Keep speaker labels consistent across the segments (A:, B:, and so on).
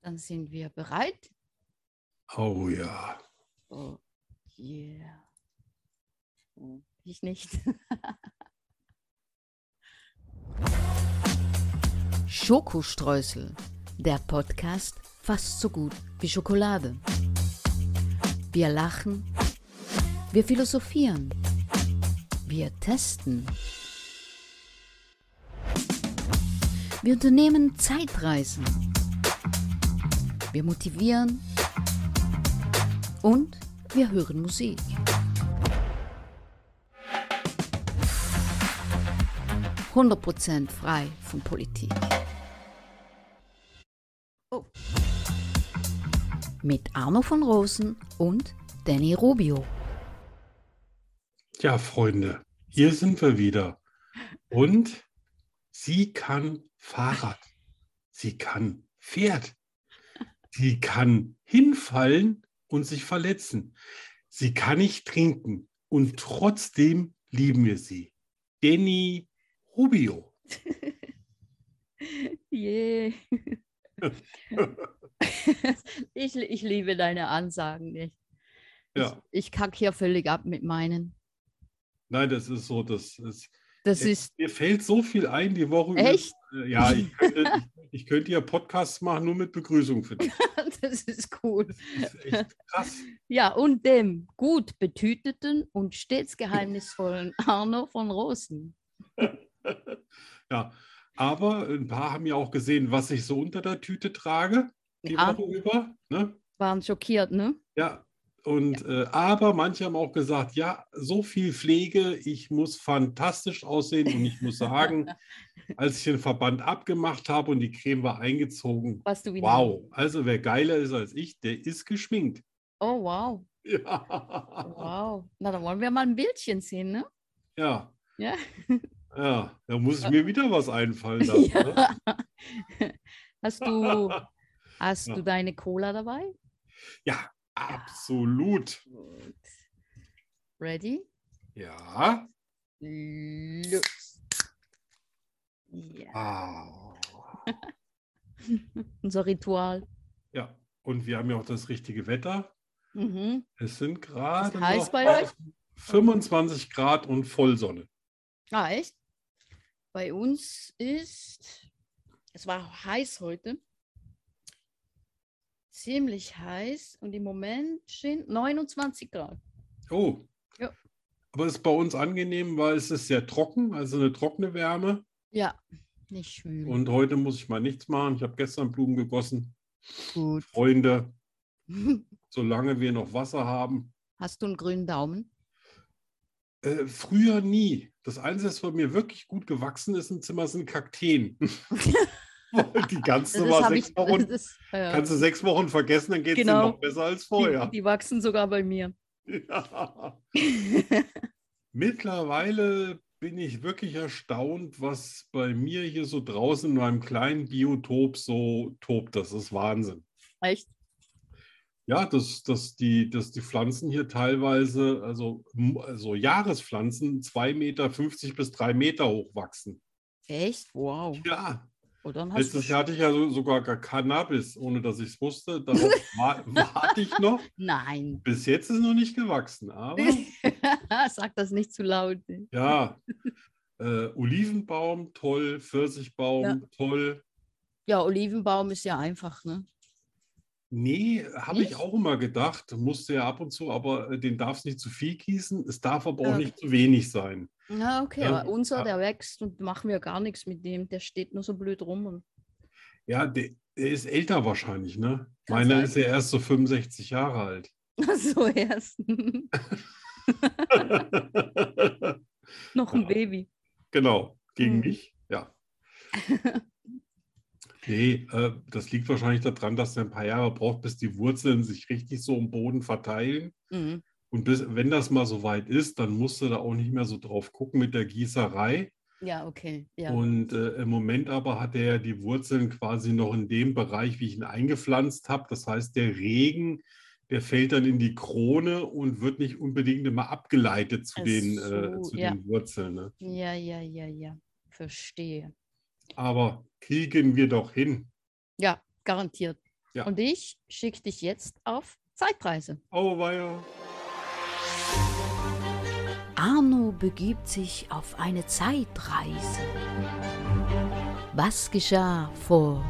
A: Dann sind wir bereit.
B: Oh ja.
A: Oh, yeah. Hm, Ich nicht.
C: Schokostreusel, der Podcast fast so gut wie Schokolade. Wir lachen, wir philosophieren, wir testen. Wir unternehmen Zeitreisen. Wir motivieren und wir hören Musik. Prozent frei von Politik.
A: Oh.
C: Mit Arno von Rosen und Danny Rubio.
B: Ja, Freunde, hier sind wir wieder. Und sie kann Fahrrad. Sie kann Pferd. Sie kann hinfallen und sich verletzen. Sie kann nicht trinken. Und trotzdem lieben wir sie. Danny Rubio.
A: Yeah. ich, ich liebe deine Ansagen nicht.
B: Ja,
A: Ich kack hier völlig ab mit meinen.
B: nein, das ist so, das ist.
A: Das
B: Ey,
A: ist
B: Mir fällt so viel ein die Woche. über-
A: echt,
B: Äh, Ja, ich könnte, ich, ich könnte ja Podcasts machen, nur mit Begrüßung für dich.
A: das ist cool.
B: Das ist echt krass.
A: Ja, und dem gut betüteten und stets geheimnisvollen Arno von Rosen.
B: Ja, aber ein paar haben ja auch gesehen, was ich so unter der Tüte trage, die
A: Ja.
B: Woche über. Ne?
A: Waren schockiert, ne?
B: Ja, und Äh, aber manche haben auch gesagt, ja, so viel Pflege, ich muss fantastisch aussehen und ich muss sagen, als ich den Verband abgemacht habe und die Creme war eingezogen,
A: Was du wieder.
B: wow, also wer geiler ist als ich, der ist geschminkt.
A: Oh, wow.
B: Ja,
A: Wow. Na, dann wollen wir mal ein Bildchen sehen, ne?
B: ja,
A: Ja.
B: ja, da muss mir wieder was einfallen lassen. Ne?
A: Ja. Hast du, hast
B: Ja.
A: du deine Cola dabei?
B: Absolut.
A: Gut. Ready?
B: Ja.
A: Los. Ja.
B: Ah.
A: Unser Ritual.
B: Ja, und wir haben ja auch das richtige Wetter.
A: Mhm.
B: Es sind gerade
A: heiß
B: noch
A: bei euch?
B: 25 Grad und Vollsonne.
A: Ah, echt? Bei uns ist, es war heiß heute, ziemlich heiß und im Moment sind 29 Grad.
B: Oh.
A: Ja.
B: Aber ist bei uns angenehm, weil es ist sehr trocken, also eine trockene Wärme.
A: Ja, nicht schwül.
B: Und heute muss ich mal nichts machen. Ich habe gestern Blumen gegossen.
A: gut.
B: Freunde, solange wir noch Wasser haben.
A: Hast du einen grünen Daumen?
B: Äh, früher nie. Das Einzige, was bei mir wirklich gut gewachsen ist im Zimmer, sind Kakteen. Die kannst du mal
A: hab
B: sechs Wochen,
A: das, ja.
B: kannst du sechs Wochen vergessen, dann geht es
A: Genau.
B: dir noch besser als vorher.
A: Die, die wachsen sogar bei mir.
B: Ja. Mittlerweile bin ich wirklich erstaunt, was bei mir hier so draußen in meinem kleinen Biotop so tobt. Das ist Wahnsinn.
A: Echt?
B: Ja, dass, dass, die, dass die Pflanzen hier teilweise, also, m- also Jahrespflanzen, 2,50 Meter bis 3 Meter hoch wachsen.
A: Echt? Wow.
B: Ja,
A: Oder dann hast du
B: letztes Jahr hatte ich ja so, sogar gar Cannabis, ohne dass ich es wusste. Darauf wa- warte ich noch.
A: Nein.
B: Bis jetzt ist es noch nicht gewachsen, aber.
A: Sag das nicht zu laut.
B: Ja, äh, Olivenbaum, toll, Pfirsichbaum,
A: Ja.
B: toll.
A: Ja, Olivenbaum ist ja einfach, ne?
B: Nee, habe ich
A: Nicht?
B: auch immer gedacht, musste ja ab und zu, aber äh, den darf es nicht zu viel gießen, es darf aber
A: Ja.
B: auch nicht zu wenig sein.
A: Ja, okay,
B: Ja, Ah.
A: aber unser,
B: ja.
A: der wächst und machen wir gar nichts mit dem. Der steht nur so blöd rum. Und
B: Ja, der, der ist älter wahrscheinlich, ne?
A: Kann
B: Meiner
A: sein.
B: ist ja erst so 65 Jahre alt.
A: so erst. Noch ein
B: Ja.
A: Baby.
B: Genau, gegen
A: Mhm.
B: mich, ja. Nee, äh, das liegt wahrscheinlich daran, dass er ein paar Jahre braucht, bis die Wurzeln sich richtig so im Boden verteilen.
A: Mhm.
B: Und bis, wenn das mal so weit ist, dann musst du da auch nicht mehr so drauf gucken mit der Gießerei.
A: Ja, okay. Ja.
B: Und äh, im Moment aber hat er ja die Wurzeln quasi noch in dem Bereich, wie ich ihn eingepflanzt habe. Das heißt, der Regen, der fällt dann in die Krone und wird nicht unbedingt immer abgeleitet zu
A: Ach
B: den,
A: so,
B: äh, zu
A: ja.
B: den Wurzeln. Ne?
A: ja, ja, ja, ja. Verstehe.
B: Aber kriegen wir doch hin.
A: Ja, garantiert.
B: Ja.
A: Und ich schicke dich jetzt auf Zeitreise.
B: Oh, weia.
C: Arno begibt sich auf eine Zeitreise. Was geschah vor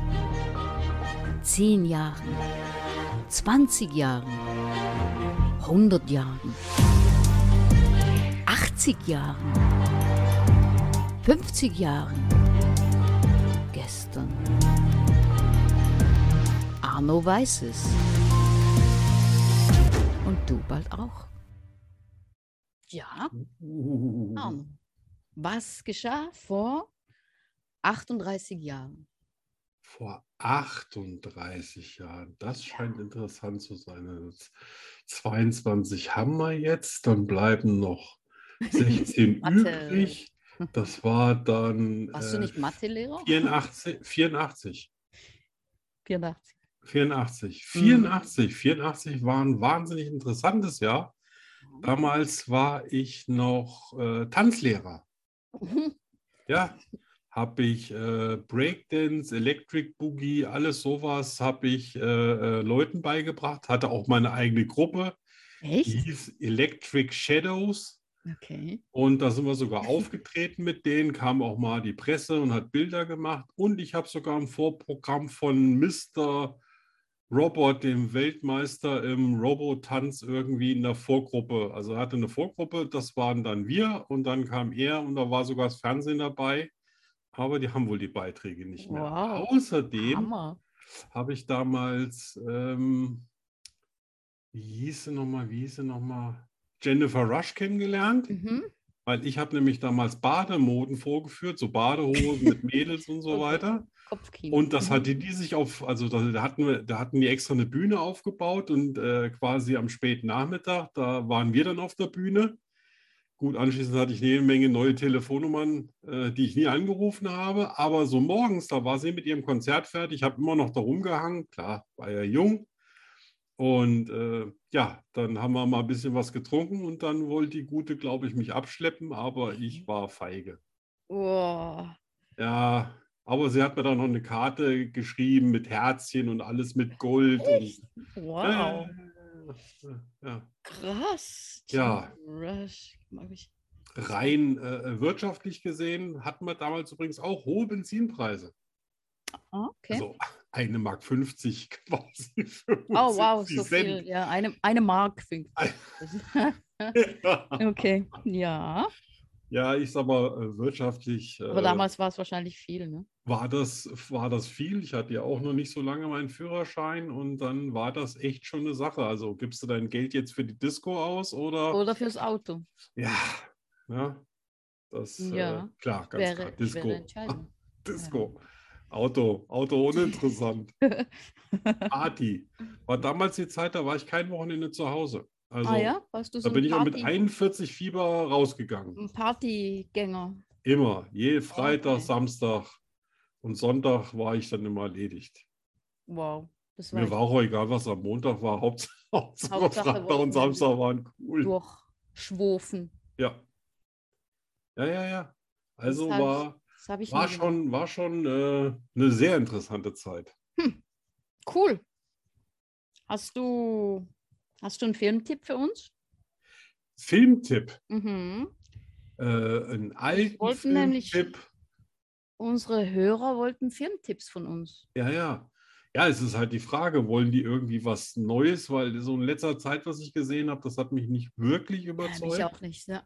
C: 10 Jahren, 20 Jahren, 100 Jahren, 80 Jahren, 50 Jahren, gestern? Arno weiß es. Und du bald auch.
A: Ja, Arno.
B: Mhm.
A: Was geschah vor 38 Jahren?
B: Vor 38 Jahren. Das scheint interessant zu sein. Also z- 22 haben wir jetzt, dann bleiben noch 16
A: Mathe.
B: übrig. Das war dann
A: Warst du
B: äh,
A: nicht Mathelehrer?
B: 84, 84.
A: 84.
B: 84.
A: Mhm.
B: 84. 84 war ein wahnsinnig interessantes Jahr. Damals war ich noch äh, Tanzlehrer. Ja, habe ich äh, Breakdance, Electric Boogie, alles sowas habe ich äh, äh, Leuten beigebracht. Hatte auch meine eigene Gruppe, die
A: Echt?
B: hieß Electric Shadows.
A: Okay.
B: Und da sind wir sogar aufgetreten mit denen, kam auch mal die Presse und hat Bilder gemacht. Und ich habe sogar ein Vorprogramm von Mr. Robert, dem Weltmeister im Robotanz, irgendwie in der Vorgruppe. Also er hatte eine Vorgruppe, das waren dann wir und dann kam er und da war sogar das Fernsehen dabei. Aber die haben wohl die Beiträge nicht mehr.
A: Wow.
B: Außerdem
A: Hammer.
B: habe ich damals, ähm, wie hieß sie nochmal, wie hieß sie nochmal, Jennifer Rush kennengelernt.
A: Mhm.
B: Weil ich habe nämlich damals Bademoden vorgeführt, so Badehosen mit Mädels und so
A: Okay.
B: weiter.
A: Kopfkino.
B: Und das hatte die sich auf, also da, da, hatten wir, da hatten die extra eine Bühne aufgebaut und äh, quasi am späten Nachmittag, da waren wir dann auf der Bühne. Gut, anschließend hatte ich jede Menge neue Telefonnummern, äh, die ich nie angerufen habe. Aber so morgens, da war sie mit ihrem Konzert fertig, habe immer noch da rumgehangen. Klar, war ja jung. Und äh, ja, dann haben wir mal ein bisschen was getrunken und dann wollte die Gute, glaube ich, mich abschleppen, aber ich war feige.
A: Oh,
B: Ja, aber sie hat mir dann noch eine Karte geschrieben mit Herzchen und alles mit Gold. Und,
A: wow.
B: Äh. ja, ja.
A: Krass.
B: Ja.
A: Jim Rush. Mag ich.
B: Rein äh, wirtschaftlich gesehen hatten wir damals übrigens auch hohe Benzinpreise.
A: Ah, Okay.
B: Also eine Mark 50 quasi. Für
A: oh, wow,
B: 50
A: so
B: Cent.
A: viel. Ja, eine, eine Mark. fünf. okay, ja.
B: Ja, ich sag mal, äh, wirtschaftlich
A: Aber
B: äh,
A: damals war es wahrscheinlich viel, ne?
B: war, das, war das viel. Ich hatte ja auch noch nicht so lange meinen Führerschein und dann war das echt schon eine Sache. Also gibst du dein Geld jetzt für die Disco aus oder?
A: Oder fürs Auto.
B: Ja, ja. Das
A: Ja,
B: Äh, klar, ganz
A: Wäre,
B: klar. Ah,
A: wäre
B: Disco.
A: entscheidend.
B: Disco. Auto, Auto uninteressant. Party. War damals die Zeit, da war ich kein Wochenende zu Hause. Also
A: ah ja, warst du so
B: da bin
A: ein,
B: ich auch mit
A: Party,
B: 41 Fieber rausgegangen.
A: ein Partygänger?
B: Immer, je Freitag,
A: Okay.
B: Samstag und Sonntag war ich dann immer erledigt.
A: Wow, das war,
B: Mir war
A: war
B: auch egal, was am Montag war. Haupts- Hauptsache,
A: Hauptsache
B: Freitag und
A: Wochenende.
B: Samstag waren cool.
A: durchschwofen.
B: Ja. Ja, ja, ja. Also
A: hab ich-
B: war,
A: Das habe ich genau
B: war
A: nie gemacht.
B: schon, war schon äh, eine sehr interessante Zeit.
A: Cool. Hast du, hast du einen Filmtipp für uns?
B: Filmtipp.
A: Mhm.
B: Äh, einen alten
A: wollten nämlich-
B: Filmtipp.
A: Unsere Hörer wollten Filmtipps von uns.
B: Ja, ja. Ja, es ist halt die Frage, wollen die irgendwie was Neues? Weil so in letzter Zeit, was ich gesehen habe, das hat mich nicht wirklich
A: Ja,
B: überzeugt.
A: mich auch nicht. Ja.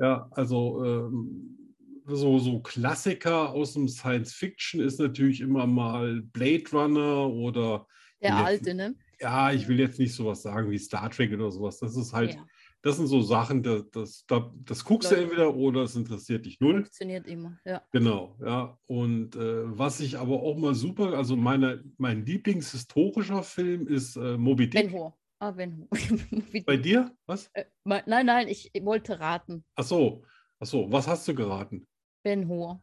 B: Ja, also ähm, so, so Klassiker aus dem Science Fiction ist natürlich immer mal Blade Runner oder
A: Der
B: letzten-
A: alte, ne?
B: ja, ich will jetzt nicht sowas sagen wie Star Trek oder sowas. Das ist halt,
A: Ja,
B: das sind so Sachen, das, das, da- das guckst du
A: Leute.
B: entweder oder es interessiert dich null.
A: funktioniert immer. Ja.
B: Genau, ja. Und äh, was ich aber auch mal super, also meine, mein Lieblingshistorischer Film ist äh, Moby
A: Ben
B: Dick.
A: Hur. Ah, Ben Hur. Wie-
B: Bei dir? Was?
A: äh, mein- nein, nein, ich wollte raten.
B: Ach so, ach so, was hast du geraten?
A: Ben Hur.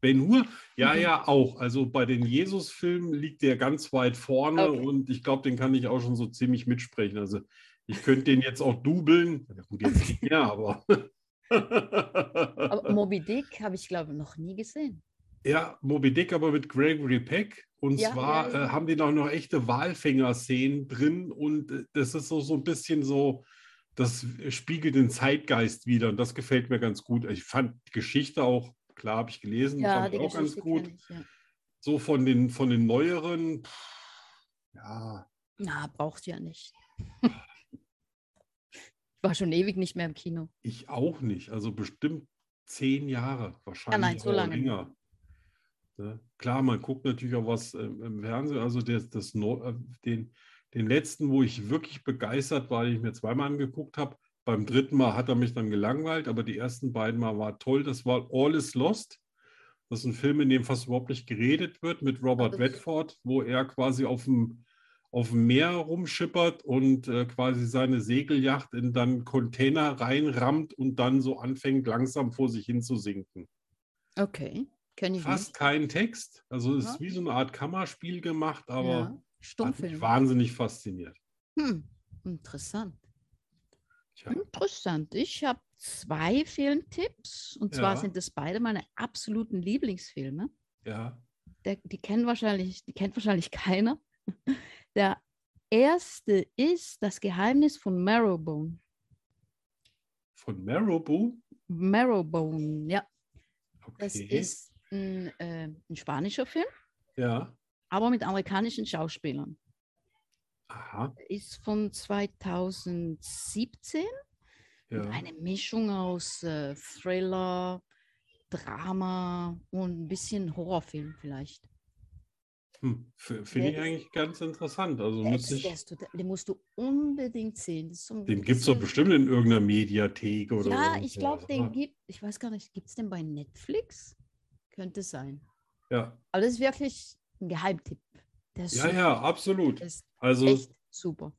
B: Ben Hur, ja,
A: Mhm.
B: ja, auch. Also bei den Jesus-Filmen liegt der ganz weit vorne
A: Okay.
B: und ich glaube, den kann ich auch schon so ziemlich mitsprechen. Also ich könnte den jetzt auch dubeln. Ja, gut, jetzt nicht mehr, aber. Äh.
A: Aber Moby Dick habe ich, glaube ich, noch nie gesehen.
B: ja, Moby Dick, aber mit Gregory Peck Und
A: Ja,
B: zwar
A: ja, ja.
B: Äh, haben die noch, noch echte Walfänger-Szenen drin und äh, das ist so, so ein bisschen so, das spiegelt den Zeitgeist wieder und das gefällt mir ganz gut. Ich fand die Geschichte auch, klar habe ich gelesen,
A: Ja,
B: fand
A: die
B: ich auch ganz
A: Geschichte
B: gut.
A: kenne ich. Ja.
B: So von den, von den neueren, pff, ja,
A: Na, braucht ja nicht. ich war schon ewig nicht mehr im Kino.
B: ich auch nicht. Also bestimmt zehn Jahre, wahrscheinlich
A: Ah, nein, so
B: auch
A: lange nicht.
B: länger. Ne? Klar, man guckt natürlich auch was ähm, im Fernsehen. Also das, das, Neu- äh, den, den letzten, wo ich wirklich begeistert war, den ich mir zweimal angeguckt habe. Beim dritten Mal hat er mich dann gelangweilt, aber die ersten beiden Mal war toll. Das war All is Lost. Das ist ein Film, in dem fast überhaupt nicht geredet wird, mit Robert
A: Aber-
B: Redford, wo er quasi auf dem, auf dem Meer rumschippert und äh, quasi seine Segelyacht in dann Container reinrammt und dann so anfängt, langsam vor sich hin zu sinken
A: Okay, kenne ich
B: fast
A: nicht.
B: keinen Text. Also es ist
A: Mhm. Ja.
B: wie so eine Art Kammerspiel gemacht, aber
A: ja.
B: hat mich
A: Stummfilm.
B: wahnsinnig fasziniert.
A: Hm, interessant.
B: Tja.
A: Mhm. Interessant. Ich habe zwei Filmtipps und zwar
B: Ja.
A: sind das beide meine absoluten Lieblingsfilme.
B: Ja.
A: Der, die kennen wahrscheinlich, die kennt wahrscheinlich keiner. Der erste ist Das Geheimnis von Marrowbone.
B: Von Marrobu.
A: Marrowbone, ja.
B: Okay.
A: Das ist ein, äh, ein spanischer Film,
B: Ja.
A: aber mit amerikanischen Schauspielern.
B: Aha.
A: Ist von 2017.
B: Ja.
A: Eine Mischung aus äh, Thriller, Drama und ein bisschen Horrorfilm vielleicht.
B: Hm. F- Finde ich
A: Der ist-
B: eigentlich ganz interessant. Also
A: Der
B: muss
A: ist, der
B: ich,
A: ist total- den musst du unbedingt sehen. Das ist so ein
B: den gibt es doch
A: bisschen-
B: bestimmt in irgendeiner Mediathek oder ah,
A: Ja,
B: irgend
A: ich glaube,
B: sowas,
A: den
B: oder?
A: gibt Ich weiß gar nicht, gibt es den bei Netflix? Könnte sein.
B: Ja.
A: Aber das ist wirklich ein Geheimtipp. Der ist
B: ja,
A: super.
B: ja, absolut.
A: Der ist
B: Also
A: echt super.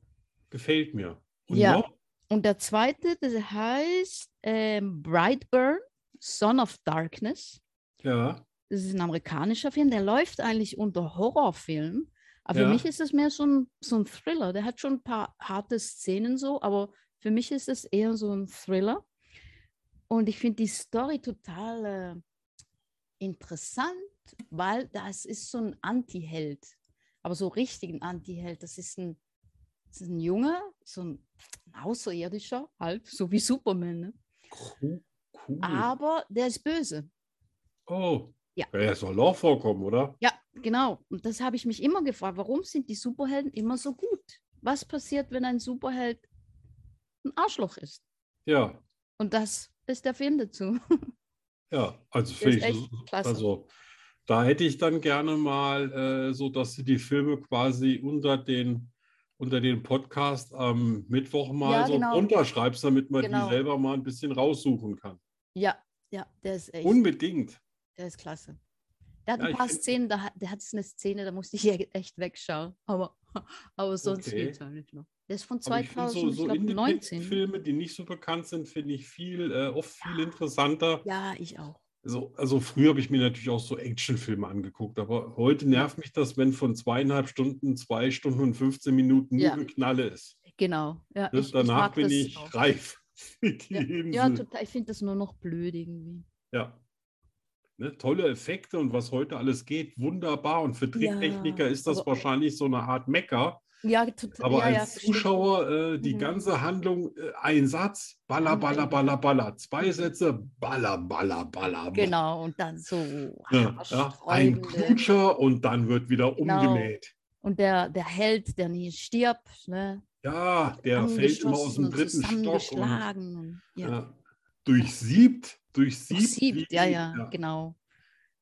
B: gefällt mir. Und
A: Ja.
B: noch?
A: Und der zweite, der heißt ähm, Brightburn, Son of Darkness.
B: Ja.
A: das ist ein amerikanischer Film, der läuft eigentlich unter Horrorfilm. Aber
B: Ja.
A: für mich ist es mehr so ein, so ein Thriller. Der hat schon ein paar harte Szenen so, aber für mich ist es eher so ein Thriller. Und ich finde die Story total äh, interessant, weil das ist so ein Anti-Held. Aber so richtig ein Anti-Held. Das ist ein, das ist ein Junge, so ein Außerirdischer, halt, so wie Superman. Ne?
B: Cool. cool.
A: Aber der ist böse.
B: Oh.
A: Ja.
B: Er soll auch vorkommen, oder?
A: Ja, genau. Und das habe ich mich immer gefragt. Warum sind die Superhelden immer so gut? Was passiert, wenn ein Superheld ein Arschloch ist?
B: Ja.
A: Und das ist der Film dazu.
B: Ja, also
A: Der ist
B: finde ich,
A: echt klasse.
B: also da hätte ich dann gerne mal äh, so, dass sie die Filme quasi unter den, unter den Podcast am Mittwoch mal
A: Ja,
B: so
A: genau.
B: runterschreibst, damit man
A: Genau.
B: die selber mal ein bisschen raussuchen kann.
A: Ja, ja, der ist echt,
B: Unbedingt.
A: der ist klasse. Der hat
B: Ja,
A: ein
B: ich
A: paar
B: find-
A: Szenen, da, hat- der hat eine Szene, da musste ich ja echt wegschauen. Aber, aber sonst
B: Okay.
A: geht's eigentlich noch. Der ist von
B: Aber ich finde
A: 2000, ich
B: so, so
A: glaube, 19.
B: Independent-Filme, die nicht so bekannt sind, finde ich viel, äh, oft viel interessanter.
A: Ja, ich auch.
B: Also, also früher habe ich mir natürlich auch so Actionfilme angeguckt, aber heute nervt mich das, wenn von zweieinhalb Stunden, zwei Stunden und 15 Minuten nur
A: Ja.
B: Geknalle ist.
A: Genau. Ja,
B: Ne?
A: ich, ich
B: Danach
A: mag
B: bin
A: das
B: ich
A: auch.
B: reif für die
A: Ja,
B: Insel.
A: ja, total. Ich finde das nur noch blöd irgendwie.
B: Ja. Ne, tolle Effekte und was heute alles geht, wunderbar. Und für Tricktechniker
A: Ja,
B: ist das
A: aber-
B: wahrscheinlich so eine Art Mecker.
A: Ja, total.
B: Aber
A: ja, ja,
B: als
A: verstehe ich.
B: Zuschauer äh, die
A: Mhm.
B: ganze Handlung, äh, ein Satz, baller, baller,
A: Langweilig.
B: baller, baller. Zwei Sätze, baller, baller, baller.
A: Genau, und dann so ah,
B: Ne, ja, ein
A: haarsträubende-
B: Klutscher und dann wird wieder
A: Genau.
B: umgemäht.
A: Und der, der Held, der nie stirbt, ne?
B: Ja, der fällt immer aus
A: angeschossen
B: dem
A: und
B: dritten Stock und
A: zusammengeschlagen und, ja.
B: ja, durchsiebt, durchsiebt.
A: Siebt,
B: wie-
A: ja, ja, genau.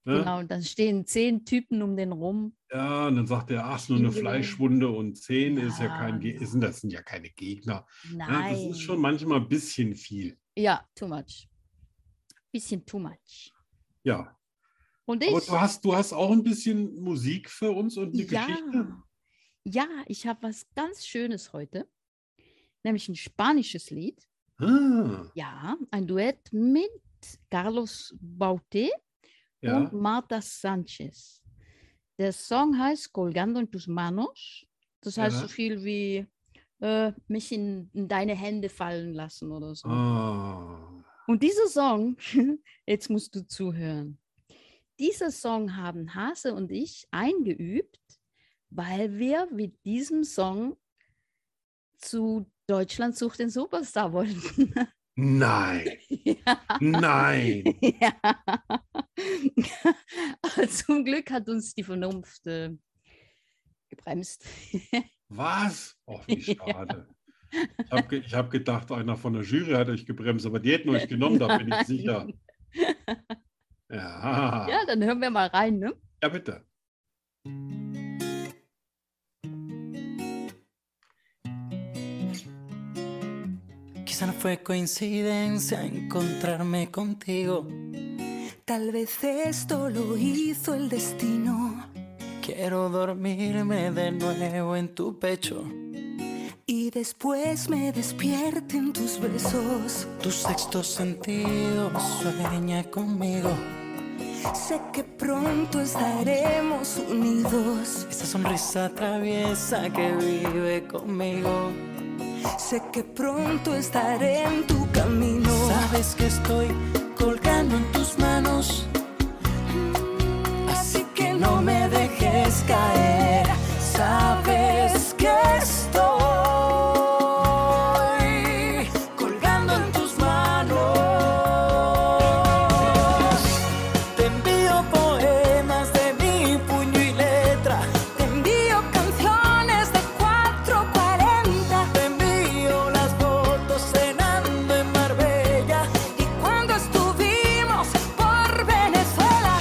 B: ne?
A: Genau, und dann stehen zehn Typen um den rum.
B: Ja, und dann sagt er, ach, ist nur eine
A: Spiegel.
B: Fleischwunde und zehn ist ja
A: Hm. Ja,
B: kein, Ge-
A: genau.
B: sind, das sind ja keine Gegner. Ja,
A: Nein.
B: das ist schon manchmal ein bisschen viel.
A: Ja, too much. Bisschen too much.
B: Ja,
A: Und
B: aber
A: ich,
B: du hast, du hast auch ein bisschen Musik für uns und eine Geschichte.
A: ja, ja, ich habe was ganz Schönes heute, nämlich ein spanisches Lied.
B: Ah,
A: Ja, ein Duett mit Carlos Bauté
B: ja,
A: und Marta Sanchez. Der Song heißt Colgando en tus manos. Das heißt
B: Ja.
A: so viel wie äh, mich in, in deine Hände fallen lassen oder so.
B: ah,
A: Und dieser Song, jetzt musst du zuhören. Dieser Song haben Hase und ich eingeübt, weil wir mit diesem Song zu Deutschland sucht den Superstar wollten.
B: Nein,
A: ja.
B: nein.
A: Ja. Aber zum Glück hat uns die Vernunft äh, gebremst.
B: Was? Oh, wie schade. Ich habe ge ich hab gedacht, einer von der Jury hat euch gebremst, aber die hätten euch genommen, da bin ich sicher. Ja,
A: Ja,
B: ja.
A: dann hören wir mal rein, ne?
B: ja bitte.
D: Quizá no fue coincidencia encontrarme contigo.
E: Tal vez esto lo hizo el destino
D: Quiero dormirme de nuevo en tu pecho.
E: y después me despierten tus besos.
D: Tu sexto sentido sueña conmigo.
E: Sé que pronto estaremos unidos.
D: Esa sonrisa traviesa que vive conmigo.
E: Sé que pronto estaré en tu camino.
D: Sabes que estoy colgando en tus manos.
E: Así que no me dejes caer. Sabes que estoy colgando en tus manos.
D: Te envío poemas de mi puño y letra.
E: Te envío canciones de 440
D: Te envío las fotos cenando en Marbella.
E: y cuando estuvimos por Venezuela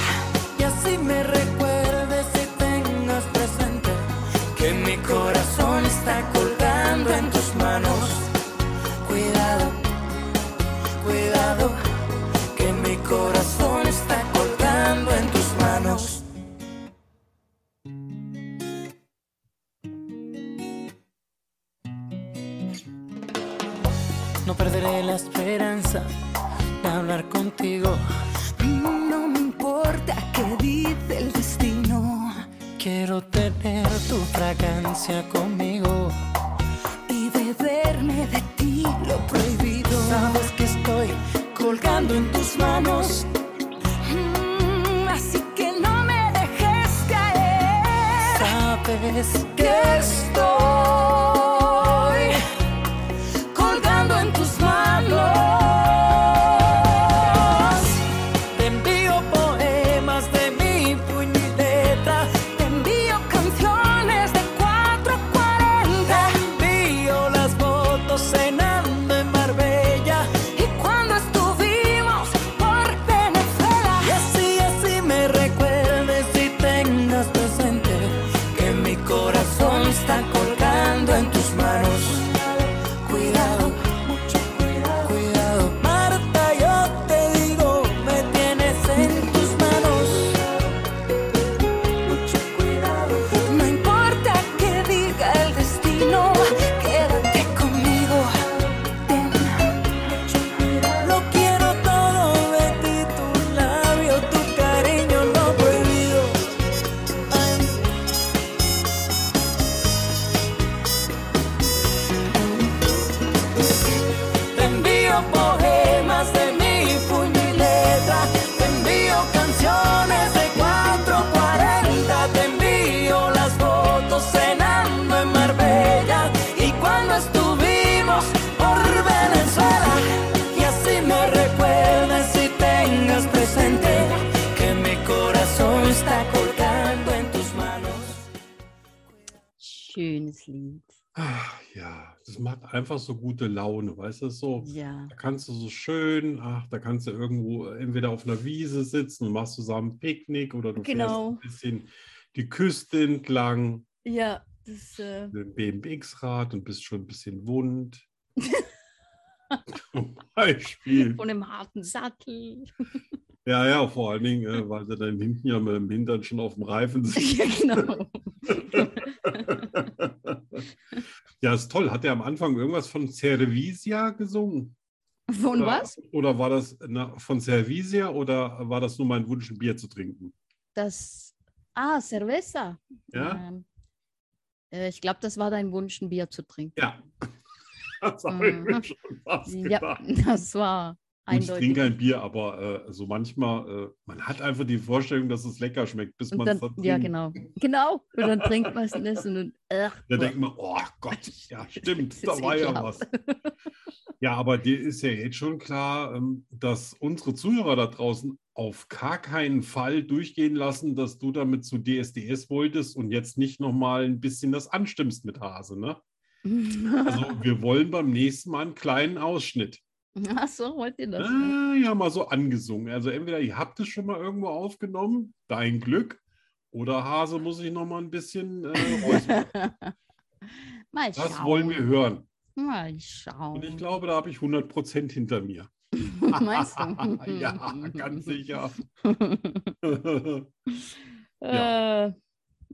D: Y así me recuerdes y tengas presente que mi corazón está colgando en tus manos. Cuidado, cuidado, que mi corazón está colgando en tus manos. No perderé la esperanza de hablar contigo.
E: no me importa qué dice el destino
D: Quiero tener tu fragancia conmigo.
E: y beberme de ti lo prohibido
D: Sabes que estoy colgando en tus manos.
E: Mm, así que no me dejes caer
D: Sabes que
E: que estoy colgando en tus manos
D: te envío poemas de mi puño y letra.
E: Te envío canciones de 440
D: Te envío las fotos cenando en Marbella.
E: y cuando estuvimos por Venezuela
D: Y así, así me recuerdes y tengas presente que mi corazón está colgando en tus manos. Cuidado, mucho cuidado, cuidado. Marta, yo te digo, me tienes en tus manos. Mucho cuidado.
E: No importa que diga el destino, quédate conmigo. Ten mucho cuidado.
D: Lo quiero todo de ti, tu labio, tu cariño, lo prohibido. Ay. Te envío poemas de mi puño y letra. Te envío canciones de 440. Te envío las fotos cenando en Marbella. Y cuando estuvimos por Venezuela. Y así me recuerdes y tengas presente que mi corazón está colgando en tus manos.
A: Schönes Lied.
B: Ach, ja, das macht einfach so gute Laune, weißt du, so.
A: Ja.
B: Da kannst du so schön, ach, da kannst du irgendwo äh, entweder auf einer Wiese sitzen und machst zusammen Picknick oder du
A: Genau.
B: fährst ein bisschen die Küste entlang
A: Ja, das äh,
B: mit dem BMX-Rad und bist schon ein bisschen wund. Zum Beispiel.
A: von dem harten Sattel.
B: Ja, ja, vor allen Dingen, äh, weil sie dann hinten ja mit dem Hintern schon auf dem Reifen sind.
A: ja, genau.
B: ja, ist toll. Hat er am Anfang irgendwas von Cervisia gesungen?
A: Von
B: Oder-
A: was?
B: Oder war das na, von Servisia oder war das nur mein Wunsch, ein Bier zu trinken?
A: Das. Ah, Cerveza.
B: Ja?
A: Ähm, äh, ich glaube, das war dein Wunsch, ein Bier zu trinken.
B: Ja. Das habe ich
A: Mhm.
B: mir schon fast
A: Ja,
B: gedacht.
A: das war
B: Gut, ich trinke
A: eindeutig.
B: ein Bier, aber äh, so manchmal, äh, man hat einfach die Vorstellung, dass es lecker schmeckt, bis
A: Und
B: man es
A: dann,
B: dann
A: ja,
B: trinkt.
A: genau. Genau. Und dann trinkt man es und isst und dann, ach,
B: Da
A: boah.
B: denkt man, oh Gott, ja,
A: Das
B: stimmt, da
A: ist
B: war ja was.
A: ekelhaft.
B: Ja, aber dir ist ja jetzt schon klar, ähm, dass unsere Zuhörer da draußen auf gar keinen Fall durchgehen lassen, dass du damit zu DSDS wolltest und jetzt nicht nochmal ein bisschen das anstimmst mit Hase. Ne? Also wir wollen beim nächsten Mal einen kleinen Ausschnitt.
A: Ach so, wollt ihr das?
B: Ah, ja, mal so angesungen. Also entweder ihr habt es schon mal irgendwo aufgenommen, dein Glück, oder Hase muss ich nochmal ein bisschen äh, räuspern.
A: Mal schauen.
B: Das wollen wir hören.
A: Mal
B: Und ich
A: schauen.
B: glaube, da habe ich 100% hinter mir.
A: Meinst du?
B: ja, ganz sicher.
A: Äh,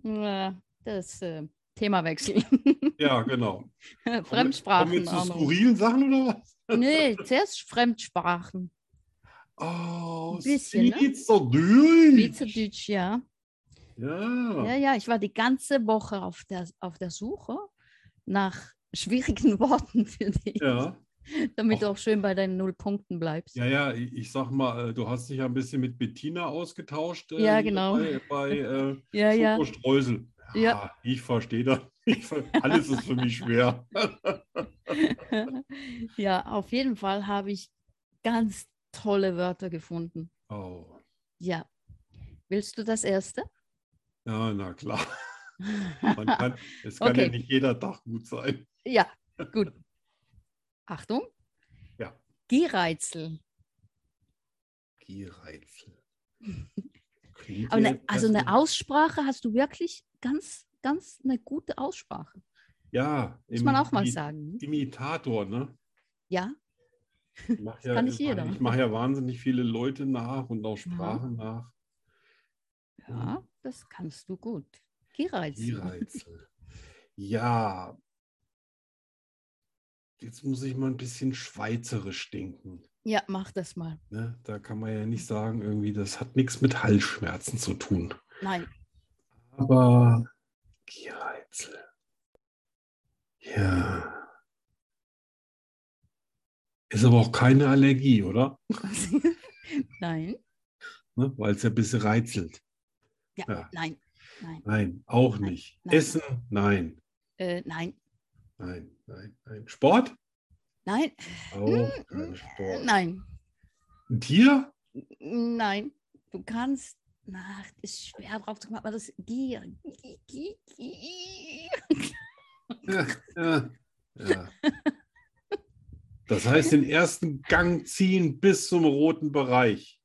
A: äh, das äh, Themawechsel.
B: ja, genau. Kommen
A: Fremdsprachen.
B: wir zu
A: Arno.
B: skurrilen Sachen oder was?
A: Nee, zuerst Fremdsprachen.
B: Oh,
A: Ein bisschen, ne?
B: sieht's doch durch.
A: Schweizerdeutsch, ja.
B: Ja.
A: Ja, ja, ich war die ganze Woche auf der, auf der Suche nach schwierigen Worten für dich,
B: ja.
A: damit du
B: Och.
A: auch schön bei deinen null Punkten bleibst.
B: Ja, ja, ich ich sag mal, äh, du hast dich ja ein bisschen mit Bettina ausgetauscht. äh,
A: Ja,
B: hier
A: genau.
B: Bei, bei äh,
A: Ja, ja.
B: Schokostreusel.
A: Ja.
B: ich verstehe das. Ich, ver- alles ist für mich schwer.
A: ja, auf jeden Fall habe ich ganz tolle Wörter gefunden.
B: Oh,
A: Ja. Willst du das erste?
B: ja, na klar. Man kann, es kann ja
A: Okay.
B: nicht jeder Tag gut sein.
A: Ja, gut. Achtung.
B: Ja.
A: Gereizel.
B: Gehreizel. Klingt
A: Aber
B: ja
A: ne, also
B: erstmal-
A: eine Aussprache hast du wirklich ganz, ganz eine gute Aussprache.
B: ja,
A: Muss man auch mal sagen.
B: Imitator, ne?
A: Ja,
B: Ich mach ja,
A: kann nicht jeder.
B: Ich mache ja wahnsinnig viele Leute nach und auch Sprachen nach.
A: ja, das kannst du gut. Gereizel.
B: Gehreizel. Ja. Jetzt muss ich mal ein bisschen schweizerisch denken.
A: Ja, mach das mal.
B: Ne? Da kann man ja nicht sagen, irgendwie, das hat nichts mit Halsschmerzen zu tun.
A: Nein,
B: Aber Gehreizel. Ja. Ist aber auch keine Allergie, oder?
A: nein,
B: Ne? Weil es ja ein bisschen reizelt.
A: ja,
B: Ja.
A: nein, nein,
B: Nein, auch
A: Nein,
B: nicht.
A: nein.
B: Essen? Nein.
A: äh, nein,
B: Nein, nein, nein. Sport?
A: nein,
B: Auch
A: mm,
B: kein Sport.
A: nein,
B: Ein Tier?
A: nein. Du kannst, na, ist schwer drauf zu kommen, aber das Gier. Gi- gi- gi-
B: Ja, ja, ja. Das heißt, den ersten Gang ziehen bis zum roten Bereich.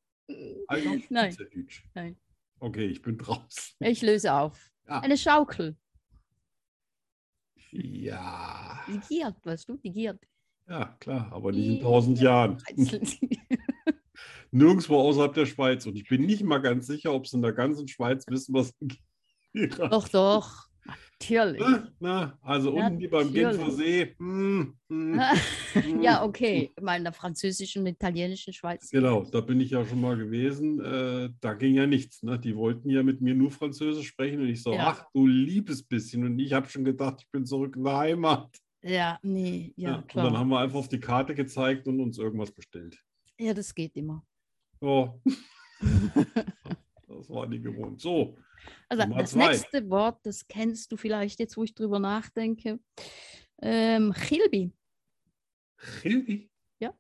B: Also auf
A: Nein.
B: Schweizerdeutsch.
A: Nein.
B: Okay, ich bin draußen.
A: Ich löse auf.
B: Ah.
A: Eine Schaukel.
B: Ja,
A: Die giert, weißt du, die giert.
B: ja, klar, aber nicht in
A: Ja.
B: tausend Jahren.
A: Einzeln.
B: Nirgendwo außerhalb der Schweiz. Und ich bin nicht mal ganz sicher, ob es in der ganzen Schweiz wissen, was
A: doch, doch, natürlich.
B: Na, na, also unten die beim
A: Natürlich.
B: Genfer See. Hm, hm, hm.
A: ja, okay, ich meine, in der französischen und italienischen Schweiz.
B: Genau, da bin ich ja schon mal gewesen. Äh, da ging ja nichts. Ne? Die wollten ja mit mir nur Französisch sprechen und ich so,
A: Ja.
B: ach du liebes bisschen. Und ich habe schon gedacht, ich bin zurück in der Heimat.
A: Ja, nee, ja,
B: und dann
A: klar.
B: haben wir einfach auf die Karte gezeigt und uns irgendwas bestellt.
A: Ja, das geht immer.
B: Ja. das war nie gewohnt. So,
A: Also
B: Nummer
A: das
B: zwei.
A: nächste Wort, das kennst du vielleicht jetzt, wo ich drüber nachdenke. Ähm, Chilbi.
B: Chili.
A: Ja.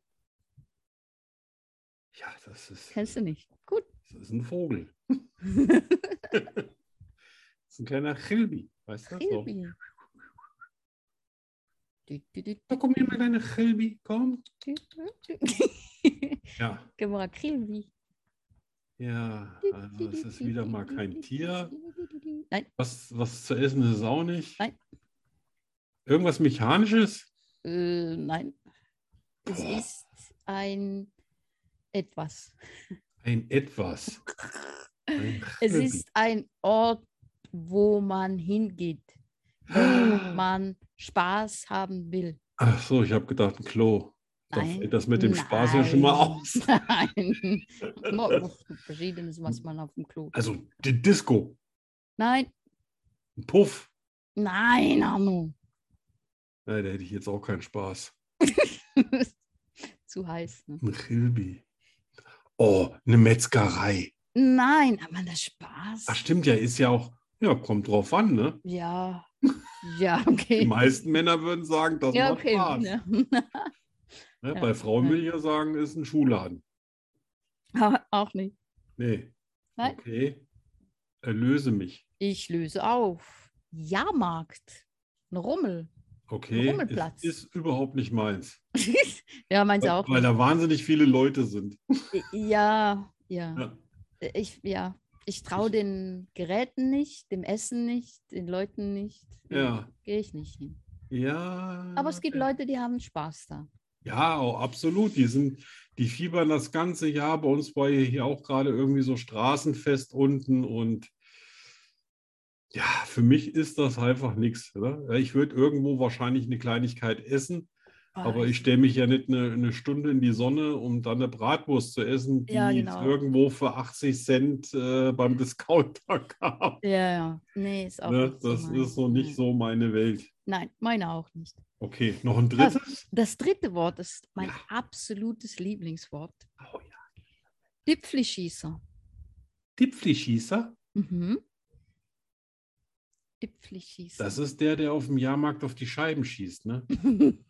B: Ja, das ist,
A: Kennst du nicht? Gut.
B: das ist ein Vogel. Das ist ein kleiner Chilbi, weißt du? So.
A: Chilbi. Du, du, du,
B: Na, komm hier, mein kleiner Chilbi, komm.
A: du, du, du.
B: Ja,
A: Geh mal, Chilbi.
B: Ja,
A: Du,
B: also
A: du,
B: es
A: du,
B: ist
A: du,
B: wieder
A: du,
B: mal
A: du, du,
B: kein
A: du,
B: Tier.
A: du, du, du, du. Nein,
B: Was, was zu essen ist es auch nicht.
A: Nein.
B: Irgendwas Mechanisches?
A: äh, nein. Es
B: Boah.
A: ist ein etwas.
B: Ein Etwas. Ein
A: Es
B: Hobby.
A: ist ein Ort, wo man hingeht, wenn man Spaß haben will.
B: Ach so, ich habe gedacht, ein Klo. Da
A: Nein,
B: fällt das mit dem Spaß ja schon mal
A: nein,
B: aus.
A: Nein. Mo- mo- Verschiedenes, was man auf dem Klo.
B: Also die Disco,
A: Nein,
B: ein Puff.
A: nein, Arno.
B: Nein, da hätte ich jetzt auch keinen Spaß.
A: zu heiß. Ne?
B: Ein Rilbi. Oh, eine Metzgerei.
A: Nein, aber das Spaß.
B: Ach, stimmt ja, ist ja auch, ja, kommt drauf an, ne?
A: Ja, ja,
B: Die
A: okay.
B: meisten Männer würden sagen, das
A: Ja,
B: macht
A: okay.
B: Spaß.
A: ja.
B: Ne?
A: Ja,
B: Bei Frauen
A: ja.
B: will ich ja sagen, ist ein Schuhladen.
A: Au- Ah, Auch nicht.
B: Nee.
A: Nein.
B: Okay. Erlöse mich.
A: Ich löse auf. Jahrmarkt. Ein Rummel.
B: Okay.
A: Rummelplatz.
B: Ist, ist überhaupt nicht meins.
A: ja, meins
B: Weil,
A: auch.
B: weil da wahnsinnig viele Leute sind.
A: Ja, ja.
B: Ja.
A: Ich, ja. Ich traue den Geräten nicht, dem Essen nicht, den Leuten nicht.
B: Ja.
A: Gehe ich nicht hin.
B: Ja.
A: Aber es gibt Leute, die haben Spaß da.
B: Ja, oh, absolut. Die sind, die fiebern das ganze Jahr. Bei uns war ja hier auch gerade irgendwie so Straßenfest unten und ja, für mich ist das einfach nichts. Oder? Ich würde irgendwo wahrscheinlich eine Kleinigkeit essen,
A: Ah,
B: aber ich stelle mich ja nicht eine, eine Stunde in die Sonne, um dann eine Bratwurst zu essen, die
A: Ja,
B: es
A: genau.
B: irgendwo für 80 Cent äh, beim Discounter gab.
A: Ja, ja. Nee, ist auch
B: Ne?
A: nicht so
B: Das
A: mein-
B: ist so nicht
A: Ja.
B: so meine Welt.
A: Nein, meine auch nicht.
B: Okay, noch ein drittes?
A: Das dritte Wort ist mein
B: Ja.
A: absolutes Lieblingswort.
B: Oh ja.
A: Dipfelschießer.
B: Dipflischießer?
A: Mhm. Dipfelschießer.
B: Das ist der, der auf dem Jahrmarkt auf die Scheiben schießt, ne?
A: Hm,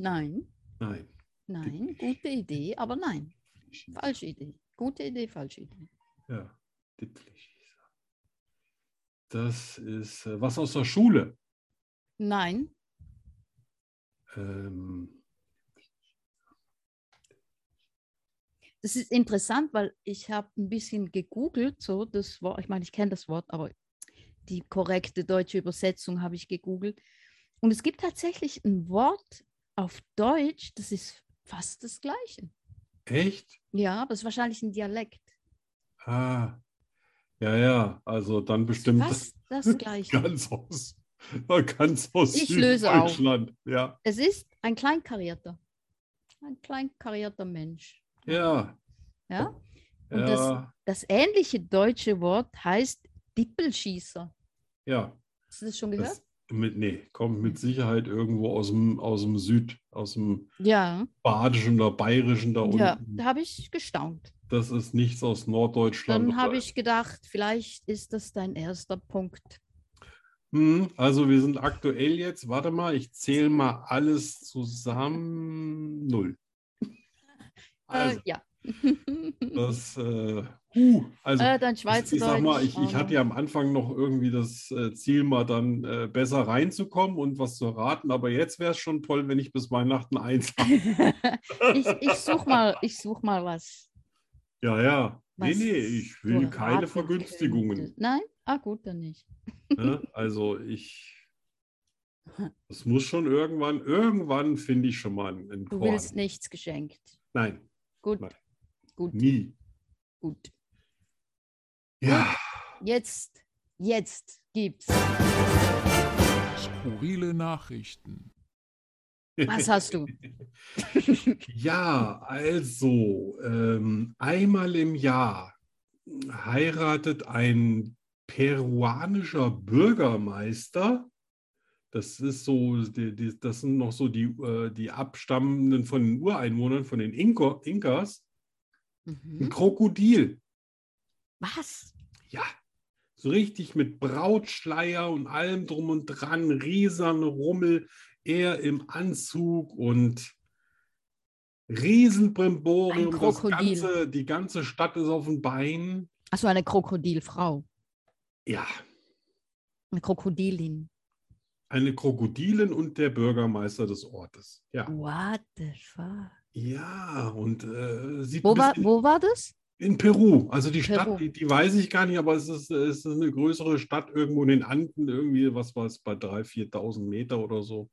A: nein,
B: Nein.
A: nein, gute Idee, aber nein, falsche Idee. Gute Idee, falsche Idee.
B: Ja, Dipflischießer. Das ist äh, was aus der Schule.
A: Nein,
B: Ähm,
A: das ist interessant, weil ich habe ein bisschen gegoogelt, so das Wort, ich meine, ich kenne das Wort, aber die korrekte deutsche Übersetzung habe ich gegoogelt. Und es gibt tatsächlich ein Wort auf Deutsch, das ist fast das gleiche.
B: echt?
A: Ja, aber es ist wahrscheinlich ein Dialekt.
B: Ah. Ja, ja, also dann bestimmt
A: Fast das gleiche.
B: ganz aus, ganz aus
A: Ich löse auf.
B: Süddeutschland. Ja,
A: Es ist ein kleinkarierter. Ein kleinkarierter Mensch.
B: ja,
A: Ja? Und das,
B: ja,
A: das ähnliche deutsche Wort heißt Dippelschießer.
B: ja.
A: Hast du das schon gehört?
B: Das, mit, nee, kommt mit Sicherheit irgendwo aus dem, aus dem Süd, aus dem
A: ja.
B: badischen oder bayerischen da unten.
A: ja. Da habe ich gestaunt.
B: Das ist nichts aus Norddeutschland.
A: Dann habe
B: oder-
A: ich gedacht, vielleicht ist das dein erster Punkt.
B: Hm, Also wir sind aktuell jetzt, warte mal, ich zähle mal alles zusammen. Null. Also
A: äh, ja.
B: das, äh, huh, also
A: äh, dein
B: ich,
A: Schweizerdeutsch. Ähm,
B: ich sag mal, ich,
A: auch
B: ich
A: noch.
B: hatte ja am Anfang noch irgendwie das äh, Ziel, mal dann äh, besser reinzukommen und was zu raten, aber jetzt wäre es schon toll, wenn ich bis Weihnachten eins habe.
A: ich, ich suche mal, ich such mal was.
B: Ja, ja. Nee,
A: was
B: nee, ich
A: du
B: will keine
A: raten
B: Vergünstigungen.
A: könntest. Nein? Ah, gut, dann nicht.
B: Ne? Also ich, es muss schon irgendwann, irgendwann finde ich schon mal einen, einen
A: Du
B: Korn.
A: willst nichts geschenkt.
B: Nein.
A: Gut,
B: Nein.
A: gut,
B: Nie.
A: gut.
B: Ja.
A: Jetzt, jetzt gibt's.
F: Skurrile Nachrichten.
A: Was hast du?
B: Ja, also ähm, einmal im Jahr heiratet ein peruanischer Bürgermeister. Das ist so, die, die, das sind noch so die, äh, die Abstammenden von den Ureinwohnern, von den Inko, Inkas. Ein
A: Mhm.
B: Krokodil.
A: Was?
B: Ja, so richtig mit Brautschleier und allem drum und dran, rieserne Rummel, er im Anzug und
A: Ein
B: Riesenbrimborium. Das
A: Krokodil.
B: ganze, die ganze Stadt ist auf den Beinen.
A: Achso, eine Krokodilfrau.
B: Ja,
A: Eine Krokodilin.
B: eine Krokodilin und der Bürgermeister des Ortes. Ja,
A: What the fuck?
B: ja und äh, sieht
A: Wo
B: ein
A: war,
B: bisschen-
A: wo war das?
B: in Peru. Also die
A: Peru.
B: Stadt, die, die weiß ich gar nicht, aber es ist, es ist eine größere Stadt irgendwo in den Anden, irgendwie, was war es, bei 3.000, 4.000 Meter oder so.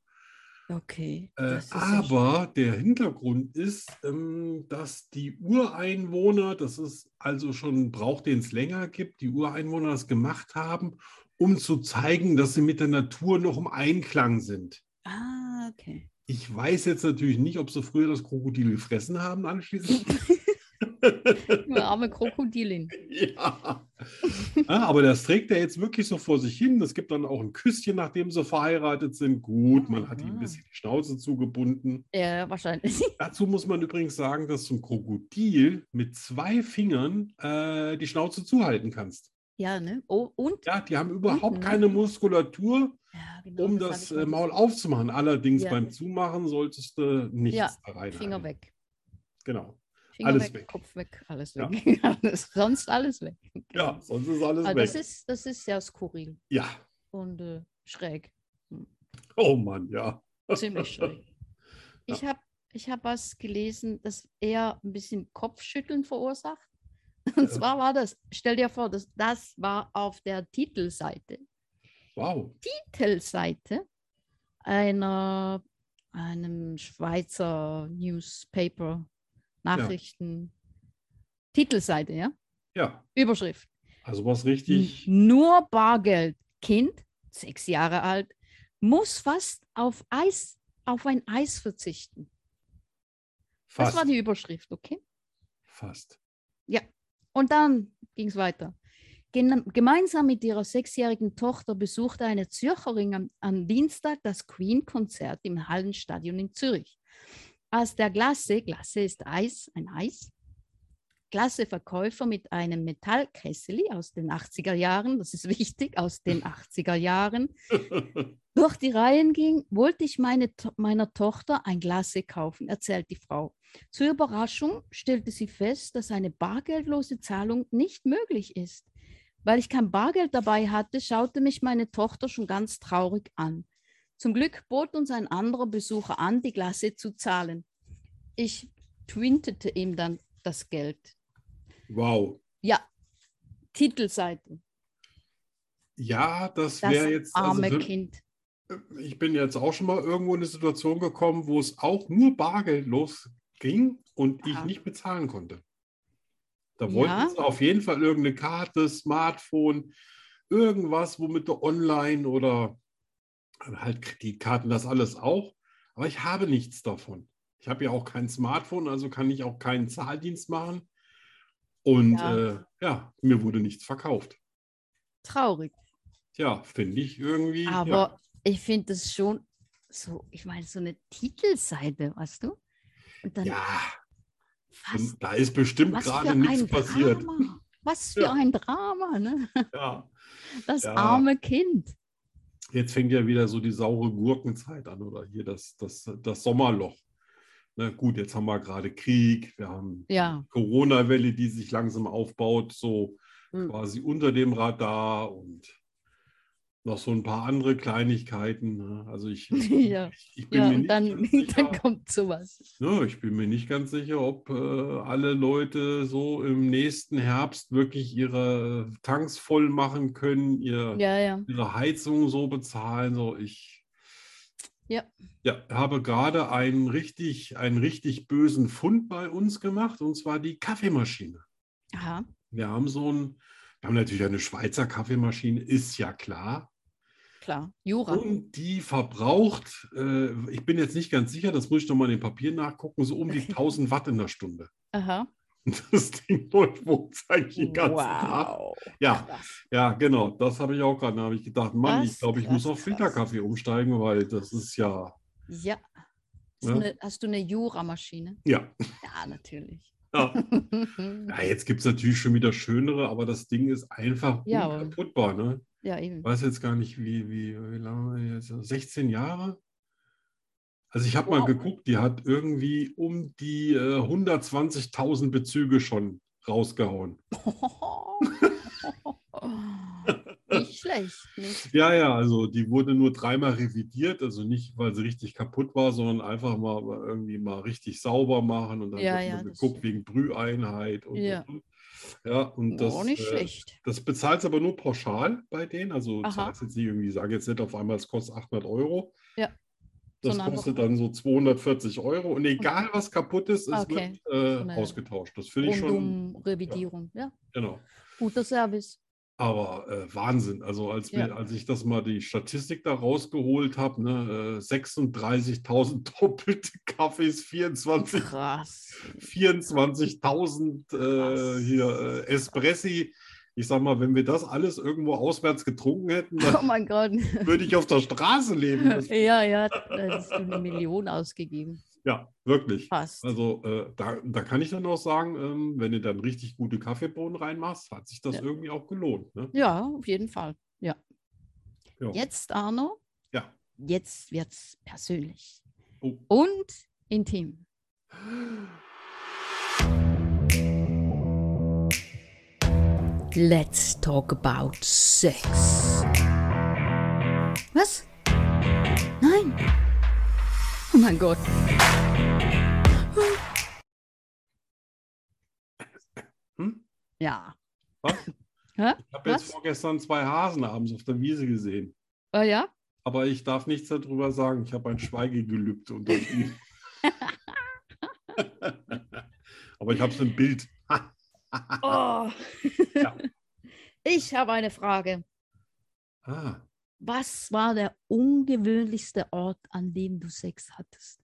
A: Okay.
B: Äh,
A: das ist ja sch-
B: aber der Hintergrund ist, ähm, dass die Ureinwohner, das ist also schon ein Brauch, den es länger gibt, die Ureinwohner das gemacht haben, um zu zeigen, dass sie mit der Natur noch im Einklang sind.
A: Ah, okay.
B: Ich weiß jetzt natürlich nicht, ob sie früher das Krokodil gefressen haben anschließend.
A: Eine arme Krokodilin.
B: Ja. ja. Aber das trägt er jetzt wirklich so vor sich hin. Es gibt dann auch ein Küsschen, nachdem sie verheiratet sind. Gut, man hat
A: Ah.
B: ihm ein bisschen die Schnauze zugebunden.
A: Ja, wahrscheinlich.
B: Dazu muss man übrigens sagen, dass zum Krokodil mit zwei Fingern äh, die Schnauze zuhalten kannst.
A: Ja, ne? Oh, und?
B: Ja, die haben überhaupt keine Muskulatur,
A: Ja, genau,
B: um
A: Mhm. hab
B: das,
A: ich
B: äh,
A: auch
B: Maul
A: gesehen.
B: aufzumachen. Allerdings
A: Ja.
B: beim Zumachen solltest du nichts
A: Ja,
B: da rein.
A: Finger weg.
B: Genau.
A: Finger
B: Alles
A: weg,
B: weg.
A: Kopf weg, alles
B: Ja.
A: weg. Alles, sonst alles weg.
B: Ja, sonst ist alles
A: Aber Ah, das
B: weg.
A: ist, das ist sehr skurril
B: Ja.
A: und äh, schräg.
B: Oh Mann, ja.
A: Ziemlich schräg. Ich habe ich hab was gelesen, das eher ein bisschen Kopfschütteln verursacht. Und zwar war das, stell dir vor, das, das war auf der Titelseite.
B: Wow.
A: Titelseite einer, einem Schweizer Newspaper Nachrichten. Titelseite, ja?
B: Ja.
A: Überschrift.
B: Also was richtig.
A: N- Nur Bargeld. Kind, sechs Jahre alt, muss fast auf Eis, auf ein Eis verzichten. Das
B: Fast.
A: war die Überschrift, okay?
B: fast.
A: Und dann ging es weiter. Gen gemeinsam mit ihrer sechsjährigen Tochter besuchte eine Zürcherin am, am Dienstag das Queen-Konzert im Hallenstadion in Zürich. Als der Glasse, Glasse ist Eis, ein Eis, Glasseverkäufer mit einem Metallkessel aus den 80er Jahren, das ist wichtig, aus den 80er Jahren, durch die Reihen ging, wollte ich meine, To- meiner Tochter ein Glas kaufen, erzählt die Frau. Zur Überraschung stellte sie fest, dass eine bargeldlose Zahlung nicht möglich ist. Weil ich kein Bargeld dabei hatte, schaute mich meine Tochter schon ganz traurig an. Zum Glück bot uns ein anderer Besucher an, die Glasse zu zahlen. Ich twintete ihm dann das Geld.
B: Wow.
A: Ja, Titelseite.
B: Ja, das
A: Das
B: wäre jetzt.
A: arme
B: also,
A: Kind.
B: Ich bin jetzt auch schon mal irgendwo in eine Situation gekommen, wo es auch nur bargeldlos ging und ich
A: Aha.
B: nicht bezahlen konnte. Da
A: Ja.
B: wollten sie auf jeden Fall irgendeine Karte, Smartphone, irgendwas, womit du online oder halt Kreditkarten, das alles auch. Aber ich habe nichts davon. Ich habe ja auch kein Smartphone, also kann ich auch keinen Zahldienst machen. Und
A: Ja.
B: Äh, ja, mir wurde nichts verkauft.
A: Traurig.
B: Tja, finde ich irgendwie. ja.
A: Aber ich finde das schon so, ich meine, so eine Titelseite, weißt du? Und dann
B: ja.
A: was,
B: Da ist bestimmt
A: was
B: gerade
A: für
B: nichts
A: ein
B: passiert.
A: Drama. Was für
B: Ja.
A: ein Drama, ne?
B: Ja.
A: Das
B: Ja.
A: arme Kind.
B: Jetzt fängt ja wieder so die saure Gurkenzeit an oder hier das, das, das Sommerloch. Na gut, jetzt haben wir gerade Krieg, wir haben
A: Ja.
B: Corona-Welle, die sich langsam aufbaut, so
A: Hm.
B: quasi unter dem Radar und noch so ein paar andere Kleinigkeiten. ne? Also ich,
A: Ja.
B: ich, ich bin
A: Ja,
B: mir
A: und
B: nicht
A: dann,
B: ganz sicher.
A: dann kommt sowas.
B: Ja, Ne, ich bin mir nicht ganz sicher, ob äh, alle Leute so im nächsten Herbst wirklich ihre Tanks voll machen können, ihr,
A: Ja, ja.
B: ihre Heizung so bezahlen. So, ich
A: Ja.
B: ja, habe gerade einen richtig, einen richtig bösen Fund bei uns gemacht, und zwar die Kaffeemaschine.
A: Aha.
B: Wir haben so ein, wir haben natürlich eine Schweizer Kaffeemaschine, ist ja klar.
A: Klar. Jura.
B: Und die verbraucht, äh, ich bin jetzt nicht ganz sicher, das muss ich nochmal in den Papieren nachgucken, so um die 1000 Watt in der Stunde.
A: Aha.
B: Das Ding läuft eigentlich den ganzen Tag.
A: Wow.
B: Ja,
A: Krass.
B: ja, genau. Das habe ich auch gerade. Da habe ich gedacht, Mann, ich
A: Krass,
B: glaube, ich
A: krass,
B: muss auf
A: krass.
B: Filterkaffee umsteigen, weil das ist ja.
A: Ja. Hast,
B: Ja.
A: Du eine, hast du eine Jura-Maschine?
B: Ja.
A: Ja, natürlich.
B: ja. ja jetzt gibt es natürlich schon wieder schönere, aber das Ding ist einfach
A: Ja, aber-
B: unkaputtbar. Ne?
A: ja, eben.
B: Ich weiß jetzt gar nicht, wie, wie, wie lange jetzt. 16 Jahre? Also, ich habe mal
A: Wow.
B: geguckt, die hat irgendwie um die äh, 120.000 Bezüge schon rausgehauen.
A: Nicht schlecht. Nicht
B: Ja, ja, also die wurde nur dreimal revidiert, also nicht, weil sie richtig kaputt war, sondern einfach mal äh, irgendwie mal richtig sauber machen und dann
A: Ja,
B: wird
A: ja,
B: mal
A: das-
B: geguckt wegen Brüheinheit und,
A: Ja.
B: und, und. ja, und das,
A: oh, nicht
B: äh,
A: schlecht.
B: das bezahlst aber nur pauschal bei denen, also
A: Aha.
B: zahlst jetzt nicht irgendwie, sage jetzt nicht auf einmal, es kostet 800 Euro.
A: Ja.
B: Das
A: Sondern
B: kostet dann so 240 Euro und egal was kaputt ist, es
A: Ah, Okay.
B: wird äh,
A: eine
B: ausgetauscht. Das finde ich
A: Rund
B: schon,
A: um Revidierung. Ja.
B: genau.
A: guter Service.
B: Aber äh, Wahnsinn, also als,
A: Ja.
B: wir, als ich das mal die Statistik da rausgeholt habe, ne, äh, 36.000 doppelte Kaffees, 24
A: Krass.
B: 24.000 äh, hier äh, Espressi. Ich sag mal, wenn wir das alles irgendwo auswärts getrunken
A: Oh
B: hätten, dann
A: mein Gott.
B: würde ich auf der Straße leben. Das,
A: Ja, ja, da hast du eine Million ausgegeben.
B: ja, wirklich.
A: Fast.
B: Also äh, da, da kann ich dann auch sagen, ähm, wenn du dann richtig gute Kaffeebohnen reinmachst, hat sich das
A: Ja.
B: irgendwie auch gelohnt. Ne?
A: Ja, auf jeden Fall. Ja.
B: Ja.
A: Jetzt, Arno.
B: Ja.
A: Jetzt wird's persönlich.
B: Oh.
A: Und intim.
C: Let's talk about sex. Was? Nein. Oh mein Gott.
B: Hm?
A: Ja.
B: Ich habe jetzt
A: Was?
B: vorgestern zwei Hasen abends auf der Wiese gesehen.
A: Ah ja?
B: Aber ich darf nichts darüber sagen. Ich habe ein Schweigegelübd unterschrieben. Aber ich habe es im Bild.
A: Oh.
B: Ja.
A: Ich habe eine Frage.
B: Ah.
A: Was war der ungewöhnlichste Ort, an dem du Sex hattest?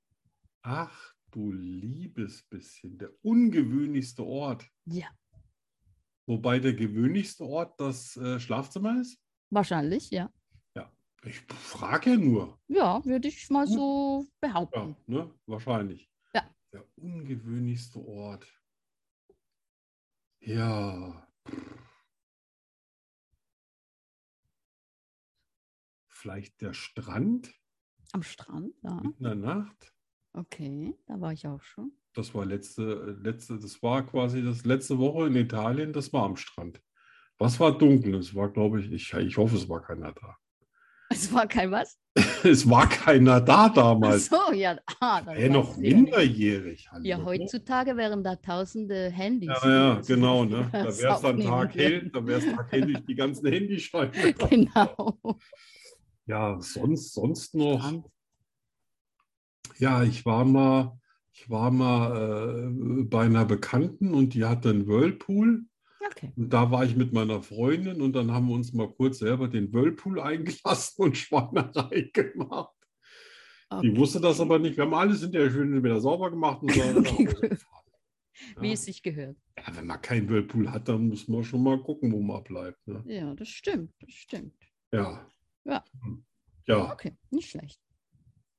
B: Ach, du liebes bisschen, der ungewöhnlichste Ort.
A: Ja,
B: Wobei der gewöhnlichste Ort das äh, Schlafzimmer ist?
A: wahrscheinlich, ja.
B: Ich frage ja nur.
A: Ja, würde ich mal
B: Gut.
A: so
B: Ja,
A: behaupten.
B: ne? Wahrscheinlich.
A: Mhm. Ja.
B: Der ungewöhnlichste Ort. Ja. Vielleicht der Strand
A: Am Strand, ja.
B: mitten in der Nacht?
A: Okay, da war ich auch schon.
B: Das war letzte, letzte, das war quasi das letzte Woche in Italien, das war am Strand. Was war dunkel? Es war, glaube ich, ich, ich hoffe, es war keiner da.
A: Es war kein was?
B: Es war keiner da
A: Ach
B: damals.
A: so, ja. Ah, dann
B: Hey,
A: weiß
B: noch
A: ich wieder nicht.
B: minderjährig.
A: Ja,
B: hallo.
A: heutzutage wären da tausende Handys.
B: Ja,
A: ne?
B: ja,
A: Also,
B: genau. Ne? Da
A: das
B: wäre es dann
A: aufnehmen
B: Tag
A: würden.
B: hell, da wäre es Tag hell durch die ganzen Handyscheiben.
A: Genau.
B: Ja, sonst, sonst noch.
A: Strand.
B: Ja, ich war mal, ich war mal äh, bei einer Bekannten und die hatte einen Whirlpool.
A: Okay.
B: Und da war ich mit meiner Freundin und dann haben wir uns mal kurz selber den Whirlpool eingelassen und Schweinerei gemacht. Die wusste das aber nicht. Wir haben alles hinterher schön wieder sauber gemacht und dann nach
A: Okay,
B: Hause
A: gut.
B: gefahren.
A: Wie
B: Ja.
A: es sich gehört.
B: ja, wenn man keinen Whirlpool hat, dann muss man schon mal gucken, wo man bleibt. Ne?
A: Ja, das stimmt. Das stimmt.
B: Ja.
A: Ja.
B: Hm. Ja,
A: Okay, nicht schlecht.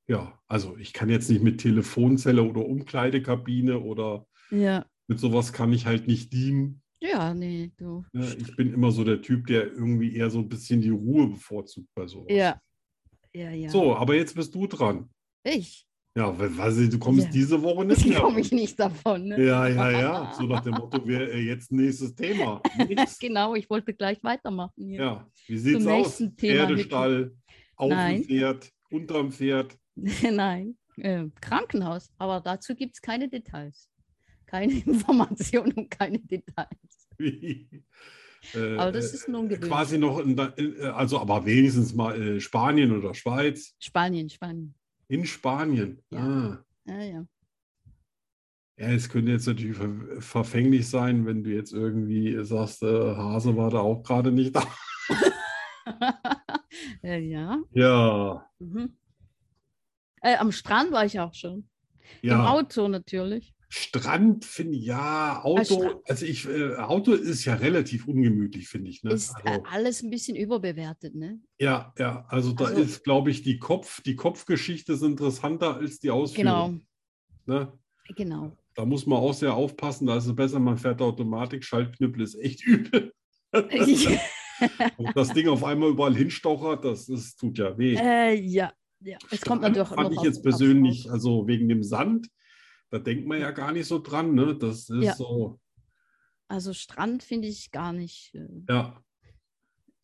B: ja. Also ich kann jetzt nicht mit Telefonzelle oder Umkleidekabine oder
A: Ja.
B: mit sowas kann ich halt nicht dienen.
A: Ja, nee, du.
B: Ne? Ich bin immer so der Typ, der irgendwie eher so ein bisschen die Ruhe bevorzugt bei sowas.
A: Ja. Ja, ja.
B: So, aber jetzt bist du dran.
A: Ich.
B: Ja, we- weiß ich, du kommst
A: Ja.
B: diese Woche
A: Das
B: nicht mehr.
A: komme ich nicht davon. Ne?
B: Ja, ja, ja. So nach dem Motto, wir äh, jetzt nächstes Thema. Nix.
A: Genau, ich wollte gleich weitermachen. hier.
B: Ja, wie sieht's
A: Zum
B: aus?
A: nächsten Thema hüpfen.
B: Pferdestall, auf
A: Nein.
B: dem Pferd, unterm Pferd.
A: Nein, äh, Krankenhaus, aber dazu gibt es keine Details. Keine Informationen und keine Details.
B: Wie? Äh,
A: Aber das ist ein
B: äh,
A: ungewöhnlich.
B: Quasi noch, in, der- in- äh, also aber wenigstens mal äh, Spanien oder Schweiz.
A: Spanien, Spanien.
B: In Spanien.
A: Ja.
B: Ah.
A: Ja, ja.
B: Ja, es könnte jetzt natürlich ver verfänglich sein, wenn du jetzt irgendwie sagst, äh, Hase war da auch gerade nicht da.
A: äh, ja.
B: Ja,
A: Mhm. Äh, am Strand war ich auch schon. Im
B: ja.
A: Auto natürlich.
B: Strand finde ich ja, Auto,
A: Strand.
B: also ich, äh, Auto ist ja relativ ungemütlich, finde ich. Ne?
A: Ist äh,
B: also,
A: alles ein bisschen überbewertet, ne?
B: ja, ja, also da
A: also-
B: ist, glaube ich, die Kopf, die Kopfgeschichte ist interessanter als die
A: Genau,
B: Ausführung. Ne?
A: genau.
B: Da muss man auch sehr aufpassen, da ist es besser, man fährt Automatik, Schaltknüppel ist echt übel. Und das Ding auf einmal überall hinstochert, das ist, tut ja weh.
A: äh, ja, ja. Es kommt
B: Strand
A: natürlich auch
B: fand
A: noch
B: ich
A: auf- ne?
B: jetzt
A: aufs
B: persönlich,
A: Auto.
B: also wegen dem Sand, da denkt man ja gar nicht so dran, ne? Das ist
A: Ja.
B: so,
A: Also Strand finde ich gar nicht. Äh,
B: Ja.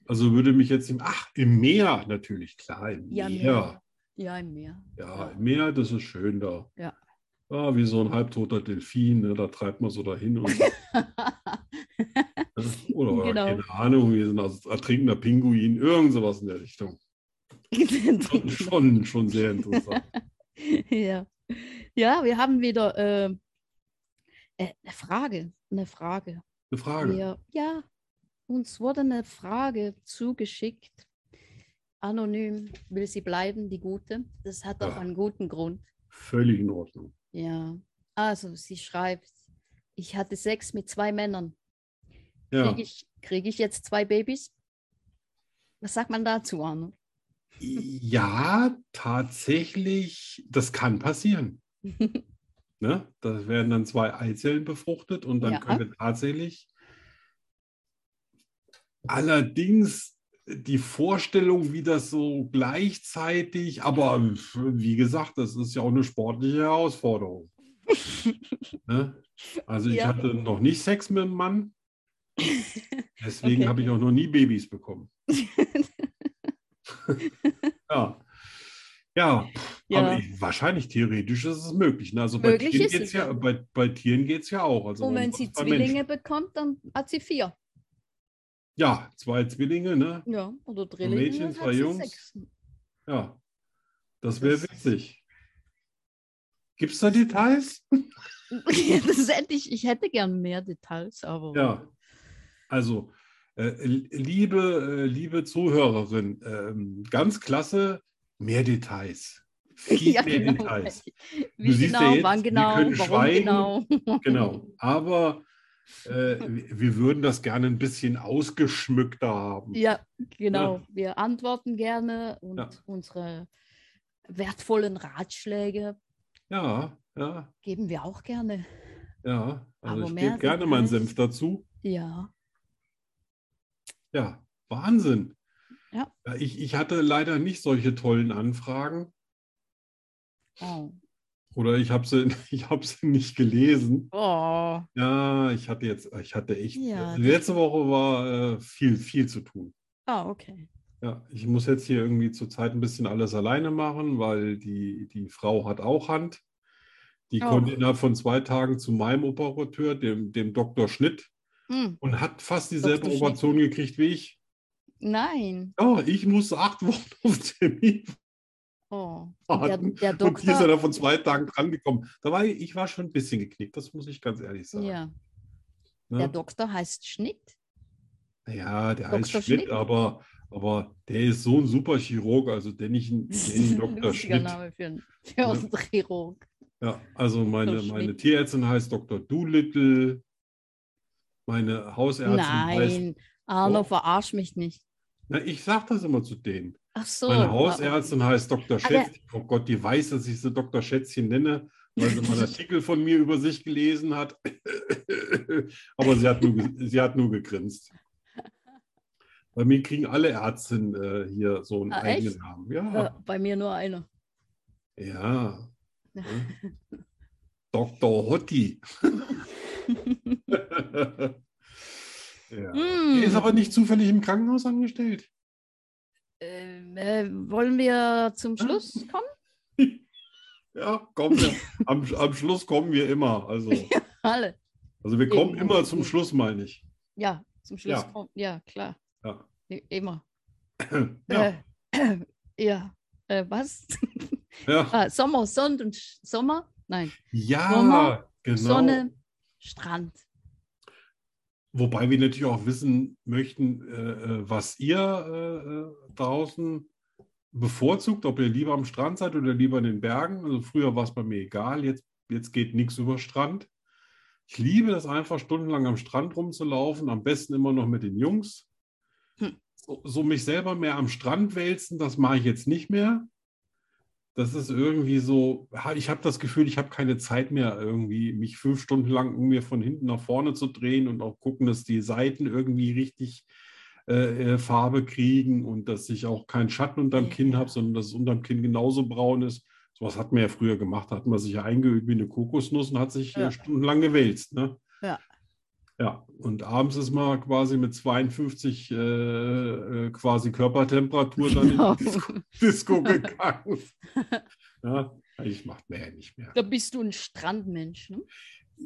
B: Also würde mich jetzt im, ach, im Meer natürlich, klar, im
A: ja,
B: Meer.
A: mehr. Ja, im Meer.
B: Ja, im Meer, das ist schön da.
A: Ja.
B: Ja, wie so ein halbtoter Delfin, ne? da treibt man so dahin und oder
A: Genau.
B: keine Ahnung, wie so ein aus- ertrinkender Pinguin, irgend sowas in der Richtung. Schon, schon, schon sehr interessant.
A: ja. ja, wir haben wieder äh, äh, eine Frage. Eine Frage.
B: Eine Frage.
A: Wir, ja, Uns wurde eine Frage zugeschickt, anonym, will sie bleiben, die gute. Das hat auch
B: Ah.
A: einen guten Grund.
B: Völlig in Ordnung.
A: Ja, also sie schreibt, ich hatte Sex mit zwei Männern.
B: Ja.
A: Kriege ich, krieg ich jetzt zwei Babys? Was sagt man dazu, Arno?
B: ja, tatsächlich, das kann passieren. Ne? Da werden dann zwei Eizellen befruchtet und dann
A: Ja.
B: können tatsächlich. Allerdings die Vorstellung, wie das so gleichzeitig, aber wie gesagt, das ist ja auch eine sportliche Herausforderung. ne? Also ich
A: Ja.
B: hatte noch nicht Sex mit einem Mann, deswegen
A: Okay.
B: habe ich auch noch nie Babys bekommen. ja. Ja, aber ich, wahrscheinlich theoretisch ist es möglich. Ne? Also bei
A: Möglich
B: Tieren
A: ist
B: geht's
A: es
B: ja,
A: ja.
B: bei, bei Tieren geht es ja auch. Also
A: Und
B: warum
A: Oh, wenn
B: soll
A: sie
B: es bei
A: Zwillinge
B: Menschen-
A: bekommt, dann hat sie vier.
B: Ja, zwei Zwillinge, ne?
A: Ja, oder Drillinge.
B: Mädchen,
A: dann hat
B: zwei
A: sie
B: Jungs.
A: sechs.
B: Ja. Das wäre
A: Das-
B: witzig. Gibt es da Details?
A: das hätte ich, ich hätte gern mehr Details, aber
B: Ja. Also, äh, liebe, äh, liebe Zuhörerin, ähm, ganz klasse, mehr Details. Viel
A: Ja,
B: mehr
A: genau.
B: Details.
A: Wie
B: siehst ja
A: genau,
B: jetzt,
A: wann
B: wir
A: genau, warum
B: können schweigen.
A: genau.
B: Genau. Aber äh, wir wir würden das gerne ein bisschen ausgeschmückter haben.
A: Ja, genau. Wir antworten gerne und
B: Ja.
A: unsere wertvollen Ratschläge
B: Ja, ja,
A: geben wir auch gerne.
B: ja. Also
A: Aber
B: ich
A: mehr
B: gebe gerne meinen
A: Details.
B: Senf dazu.
A: Ja.
B: Ja, Wahnsinn.
A: Ja.
B: Ich, ich hatte leider nicht solche tollen Anfragen
A: Oh.
B: oder ich habe sie, ich hab sie nicht gelesen.
A: Oh.
B: Ja, ich hatte jetzt, äh, ich hatte echt,
A: Ja,
B: letzte Woche war äh, viel, viel zu tun.
A: Ah, okay.
B: Ja, ich muss jetzt hier irgendwie zurzeit ein bisschen alles alleine machen, weil die, die Frau hat auch Hand. Die
A: Oh.
B: konnte innerhalb von zwei Tagen zu meinem Operateur, dem, dem Dr. Schnitt,
A: Hm.
B: und hat fast dieselbe
A: Dr. Schnitt.
B: Operation gekriegt wie ich.
A: Nein.
B: Ja, ich musste acht Wochen auf den Termin
A: Oh. Der,
B: warten.
A: der
B: Und die ist ja
A: Doktor.
B: dann von zwei Tagen drangekommen. Da war ich, ich war schon ein bisschen geknickt, das muss ich ganz ehrlich sagen.
A: Ja,
B: ne?
A: der Doktor heißt Schnitt.
B: Ja, der heißt
A: Dr.
B: Schmidt,
A: Schmidt?
B: aber, aber der ist so ein super Chirurg, also den ich den
A: Das
B: ich
A: ist ein
B: Dr.
A: lustiger
B: Schmidt.
A: Name für, einen- für einen Chirurg.
B: Ja, also meine, meine
A: Schmidt.
B: Tierärztin heißt Dr. Doolittle. Meine Hausärztin heißt.
A: Nein, Arno,
B: Oh.
A: verarsch mich nicht.
B: Na, ich sag das immer zu denen.
A: Ach so.
B: Meine Hausärztin heißt Dr.
A: Ah, der-
B: Schätzchen. Oh Gott, die weiß, dass ich sie Dr. Schätzchen nenne, weil sie mal einen Artikel von mir über sich gelesen hat. Aber sie hat nur, ge- sie hat nur gegrinst. Bei mir kriegen alle Ärztinnen äh, hier so einen
A: Ah,
B: eigenen
A: echt?
B: Namen.
A: Äh,
B: Ja,
A: bei mir nur einer.
B: ja. Dr. Hotti. ja. Die ist
A: Mm.
B: aber nicht zufällig im Krankenhaus angestellt.
A: Ähm, äh, wollen wir zum Schluss kommen?
B: Ja, komm, wir, am, am Schluss kommen wir immer. Also,
A: Alle.
B: also wir kommen
A: Eben.
B: immer zum Schluss, meine ich.
A: Ja, zum Schluss
B: Ja.
A: kommen. Ja, klar.
B: Ja.
A: I- Immer.
B: Ja,
A: Äh, ja. Äh, was?
B: ja.
A: ah, Sommer, Sonne und Sch- Sommer? Nein.
B: ja
A: Sommer,
B: genau.
A: Sonne, Strand.
B: Wobei wir natürlich auch wissen möchten, äh, äh, was ihr äh, äh, draußen bevorzugt, ob ihr lieber am Strand seid oder lieber in den Bergen. Also früher war es bei mir egal, jetzt, jetzt geht nichts über Strand. Ich liebe das einfach, stundenlang am Strand rumzulaufen, am besten immer noch mit den Jungs.
A: Hm.
B: So, so mich selber mehr am Strand wälzen, das mache ich jetzt nicht mehr. Das ist irgendwie so, ha- ich habe das Gefühl, ich habe keine Zeit mehr, irgendwie mich fünf Stunden lang irgendwie von hinten nach vorne zu drehen und auch gucken, dass die Seiten irgendwie richtig äh, äh, Farbe kriegen und dass ich auch keinen Schatten unterm Kinn habe, sondern dass es unterm Kinn genauso braun ist. Sowas hat man ja früher gemacht, da hat man sich ja eingeölt wie eine Kokosnuss und hat sich
A: Ja.
B: äh, stundenlang gewälzt. Ne?
A: Ja.
B: Ja, und abends ist man quasi mit 52 äh, äh, quasi Körpertemperatur dann
A: Genau.
B: in die Disco, Disco gegangen. ja, ich macht man ja nicht mehr.
A: Da bist du ein Strandmensch, ne?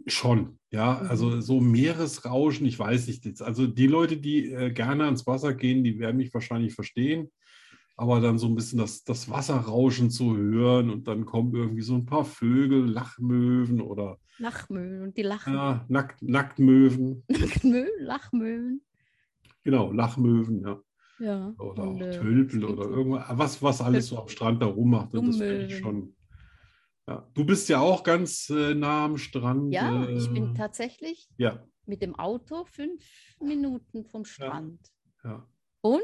B: Schon, ja,
A: Mhm.
B: also so Meeresrauschen, ich weiß nicht jetzt. Also die Leute, die äh, gerne ans Wasser gehen, die werden mich wahrscheinlich verstehen. Aber dann so ein bisschen das, das Wasserrauschen zu hören und dann kommen irgendwie so ein paar Vögel, Lachmöwen oder
A: Lachmöwen und die Lachen.
B: ja, Nackt, Nacktmöwen.
A: Nacktmöwen, Lachmöwen.
B: Genau, Lachmöwen, ja.
A: Ja.
B: Oder
A: und,
B: auch
A: äh, es
B: Tölpel oder
A: gibt-
B: irgendwas, ah, was, was alles so am Strand da rummacht. Und das finde
A: Dummel.
B: ich schon. Ja. Du bist ja auch ganz äh, nah am Strand.
A: Ja, ich bin
B: äh,
A: tatsächlich
B: Ja,
A: mit dem Auto fünf Minuten vom Strand.
B: ja.
A: Und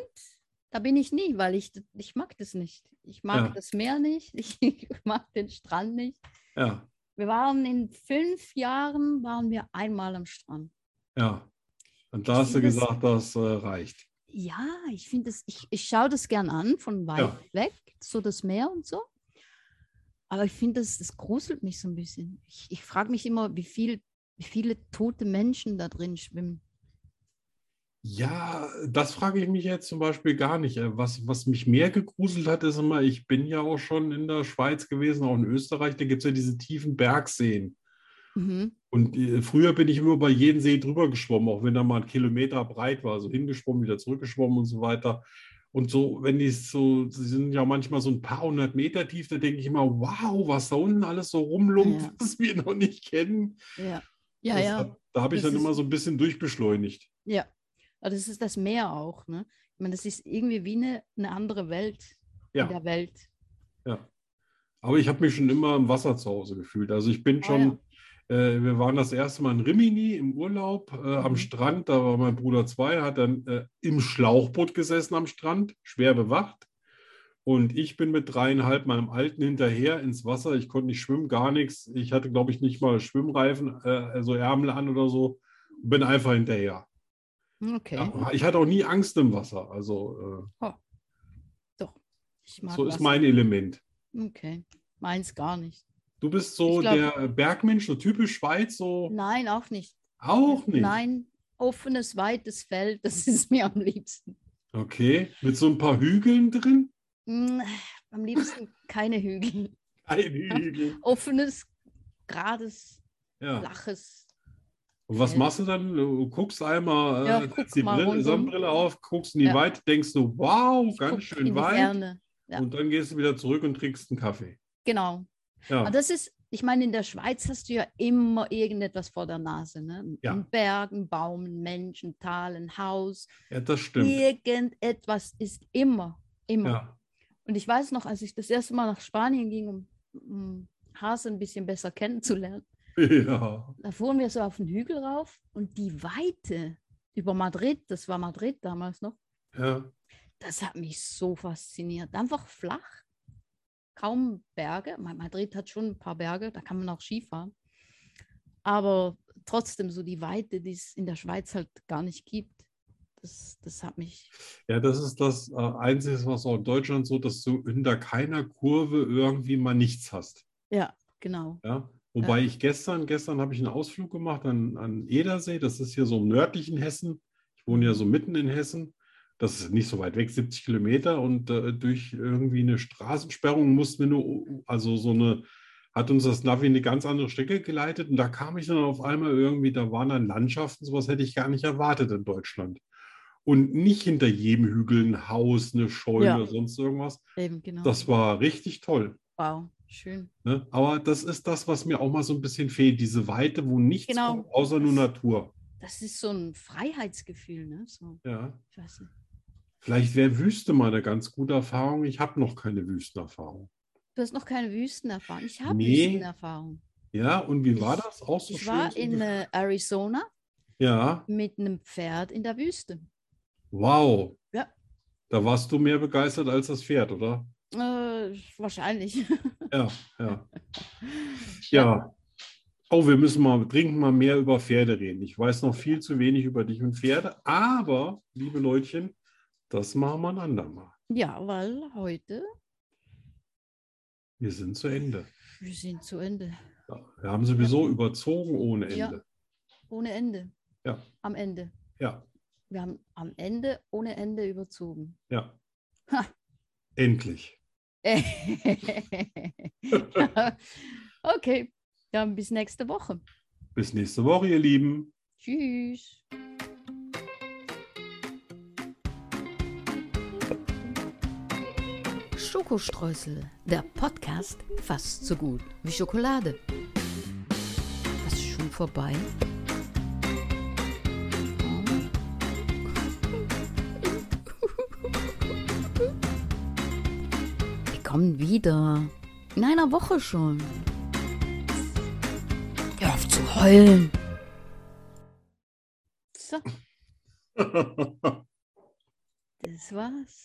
A: da bin ich nie, weil ich, ich mag das nicht. Ich mag
B: Ja.
A: das Meer nicht, ich mag den Strand nicht.
B: Ja,
A: Wir waren in fünf Jahren, waren wir einmal am Strand.
B: ja. Und da hast du
A: finde es-
B: gesagt, das äh, reicht.
A: Ja, ich finde das, ich, ich schaue das gern an, von weit
B: Ja.
A: weg, so das Meer und so. Aber ich finde, das, das gruselt mich so ein bisschen. Ich, ich frage mich immer, wie, viel, wie viele tote Menschen da drin schwimmen.
B: Ja, das frage ich mich jetzt zum Beispiel gar nicht. Äh, Was, was mich mehr gegruselt hat, ist immer, ich bin ja auch schon in der Schweiz gewesen, auch in Österreich, da gibt es ja diese tiefen Bergseen.
A: Mhm.
B: Und äh, früher bin ich immer über jeden See drüber geschwommen, auch wenn da mal ein Kilometer breit war, so hingeschwommen, wieder zurückgeschwommen und so weiter. Und so, wenn die so, sie sind ja manchmal so ein paar hundert Meter tief, da denke ich immer, wow, was da unten alles so rumlumpt,
A: Ja.
B: was wir noch nicht kennen.
A: Ja, ja,
B: Das
A: ja.
B: Hat, da habe ich
A: Das
B: dann
A: ist-
B: immer so ein bisschen durchbeschleunigt.
A: Ja, aber das ist das Meer auch, ne? Ich meine, das ist irgendwie wie eine, eine andere Welt
B: Ja.
A: in der Welt.
B: Aber ich habe mich schon immer im Wasser zu Hause gefühlt. Also ich bin
A: Ah,
B: schon, äh, wir waren das erste Mal in Rimini im Urlaub äh, am
A: Mhm.
B: Strand. Da war mein Bruder zwei, hat dann äh, im Schlauchboot gesessen am Strand, schwer bewacht. Und ich bin mit dreieinhalb meinem Alten hinterher ins Wasser. Ich konnte nicht schwimmen, gar nichts. Ich hatte, glaube ich, nicht mal Schwimmreifen, äh, also Ärmel an oder so. Bin einfach hinterher.
A: Hm, Okay,
B: Ja, ich hatte auch nie Angst im Wasser. Also
A: doch. Ich
B: äh,
A: mag
B: so ist
A: Wasser.
B: mein Element.
A: Okay, meins gar nicht.
B: Du bist so
A: Ich glaub-
B: der Bergmensch, so typisch Schweiz, so.
A: Nein, auch nicht.
B: Auch nicht.
A: Nein, offenes, weites Feld, das ist mir am liebsten.
B: Okay. Mit so ein paar Hügeln drin?
A: Hm, Am liebsten keine Hügel.
B: Ein Hügel.
A: Offenes, gerades,
B: Ja.
A: flaches.
B: Und was machst du dann? Du guckst einmal äh,
A: Ja,
B: setzt
A: guck
B: die
A: mal
B: Brille,
A: rundum.
B: Sonnenbrille auf, guckst in die
A: Ja.
B: Weite, denkst du, wow,
A: Ich guck
B: ganz
A: in
B: schön
A: die
B: weit.
A: Ferne. ja.
B: Und dann gehst du wieder zurück und trinkst einen Kaffee.
A: Genau.
B: Ja,
A: Aber das ist, ich meine, in der Schweiz hast du ja immer irgendetwas vor der Nase. Ne?
B: Ja.
A: Ein Berg, ein Baum, ein Mensch, ein Tal, ein Haus.
B: ja das stimmt.
A: Irgendetwas ist immer, immer.
B: Ja.
A: Und ich weiß noch, als ich das erste Mal nach Spanien ging, um, um Hase ein bisschen besser kennenzulernen,
B: ja.
A: da fuhren wir so auf den Hügel rauf und die Weite über Madrid, das war Madrid damals noch,
B: ja.
A: das hat mich so fasziniert. Einfach flach, kaum Berge. Ma- Madrid hat schon ein paar Berge, da kann man auch Skifahren. Aber trotzdem so die Weite, die es in der Schweiz halt gar nicht gibt. Das, das hat mich.
B: Ja, das ist das äh, Einzige, was auch in Deutschland so, dass du hinter keiner Kurve irgendwie mal nichts hast.
A: Ja, genau.
B: Ja, wobei ich gestern, gestern habe ich einen Ausflug gemacht an, an Edersee. Das ist hier so im nördlichen Hessen. Ich wohne ja so mitten in Hessen. Das ist nicht so weit weg, 70 Kilometer. Und äh, durch irgendwie eine Straßensperrung mussten wir nur, also so eine, hat uns das Navi eine ganz andere Strecke geleitet. Und da kam ich dann auf einmal irgendwie, da waren dann Landschaften, sowas hätte ich gar nicht erwartet in Deutschland. Und nicht hinter jedem Hügel ein Haus, eine Scheune
A: Ja.
B: oder sonst irgendwas.
A: Eben, genau.
B: Das war richtig toll.
A: wow, schön.
B: Ne? Aber das ist das, was mir auch mal so ein bisschen fehlt, diese Weite, wo nichts
A: Genau.
B: kommt, außer nur Natur.
A: Das ist so ein Freiheitsgefühl, ne? So,
B: Ja.
A: ich weiß nicht.
B: Vielleicht wäre Wüste mal eine ganz gute Erfahrung. Ich habe noch keine Wüstenerfahrung.
A: Du hast noch keine Wüstenerfahrung. Ich habe
B: Nee.
A: Wüstenerfahrung.
B: Ja, und wie war
A: Ich-
B: das? Auch so
A: Ich
B: schön
A: war
B: so
A: in
B: gef-
A: äh, Arizona
B: Ja,
A: mit einem Pferd in der Wüste.
B: wow.
A: Ja.
B: Da warst du mehr begeistert als das Pferd, oder?
A: Äh, wahrscheinlich.
B: Ja, ja. Ja. Oh, wir müssen mal dringend mal mehr über Pferde reden. Ich weiß noch viel zu wenig über dich und Pferde, aber, liebe Leutchen, das machen wir ein andermal.
A: Ja, weil heute
B: Wir sind zu Ende.
A: wir sind zu Ende.
B: Ja, wir haben sowieso überzogen ohne
A: Ja.
B: Ende.
A: Ohne Ende.
B: Ja.
A: Am Ende.
B: Ja,
A: Wir haben am Ende ohne Ende überzogen.
B: ja.
A: Ha.
B: Endlich.
A: okay, dann bis nächste Woche.
B: Bis nächste Woche, ihr Lieben.
A: Tschüss.
C: Schokostreusel, der Podcast fast so gut wie Schokolade. Was ist schon vorbei? Oh. kommen wieder. In einer Woche schon. Hör auf zu heulen.
A: So, das war's.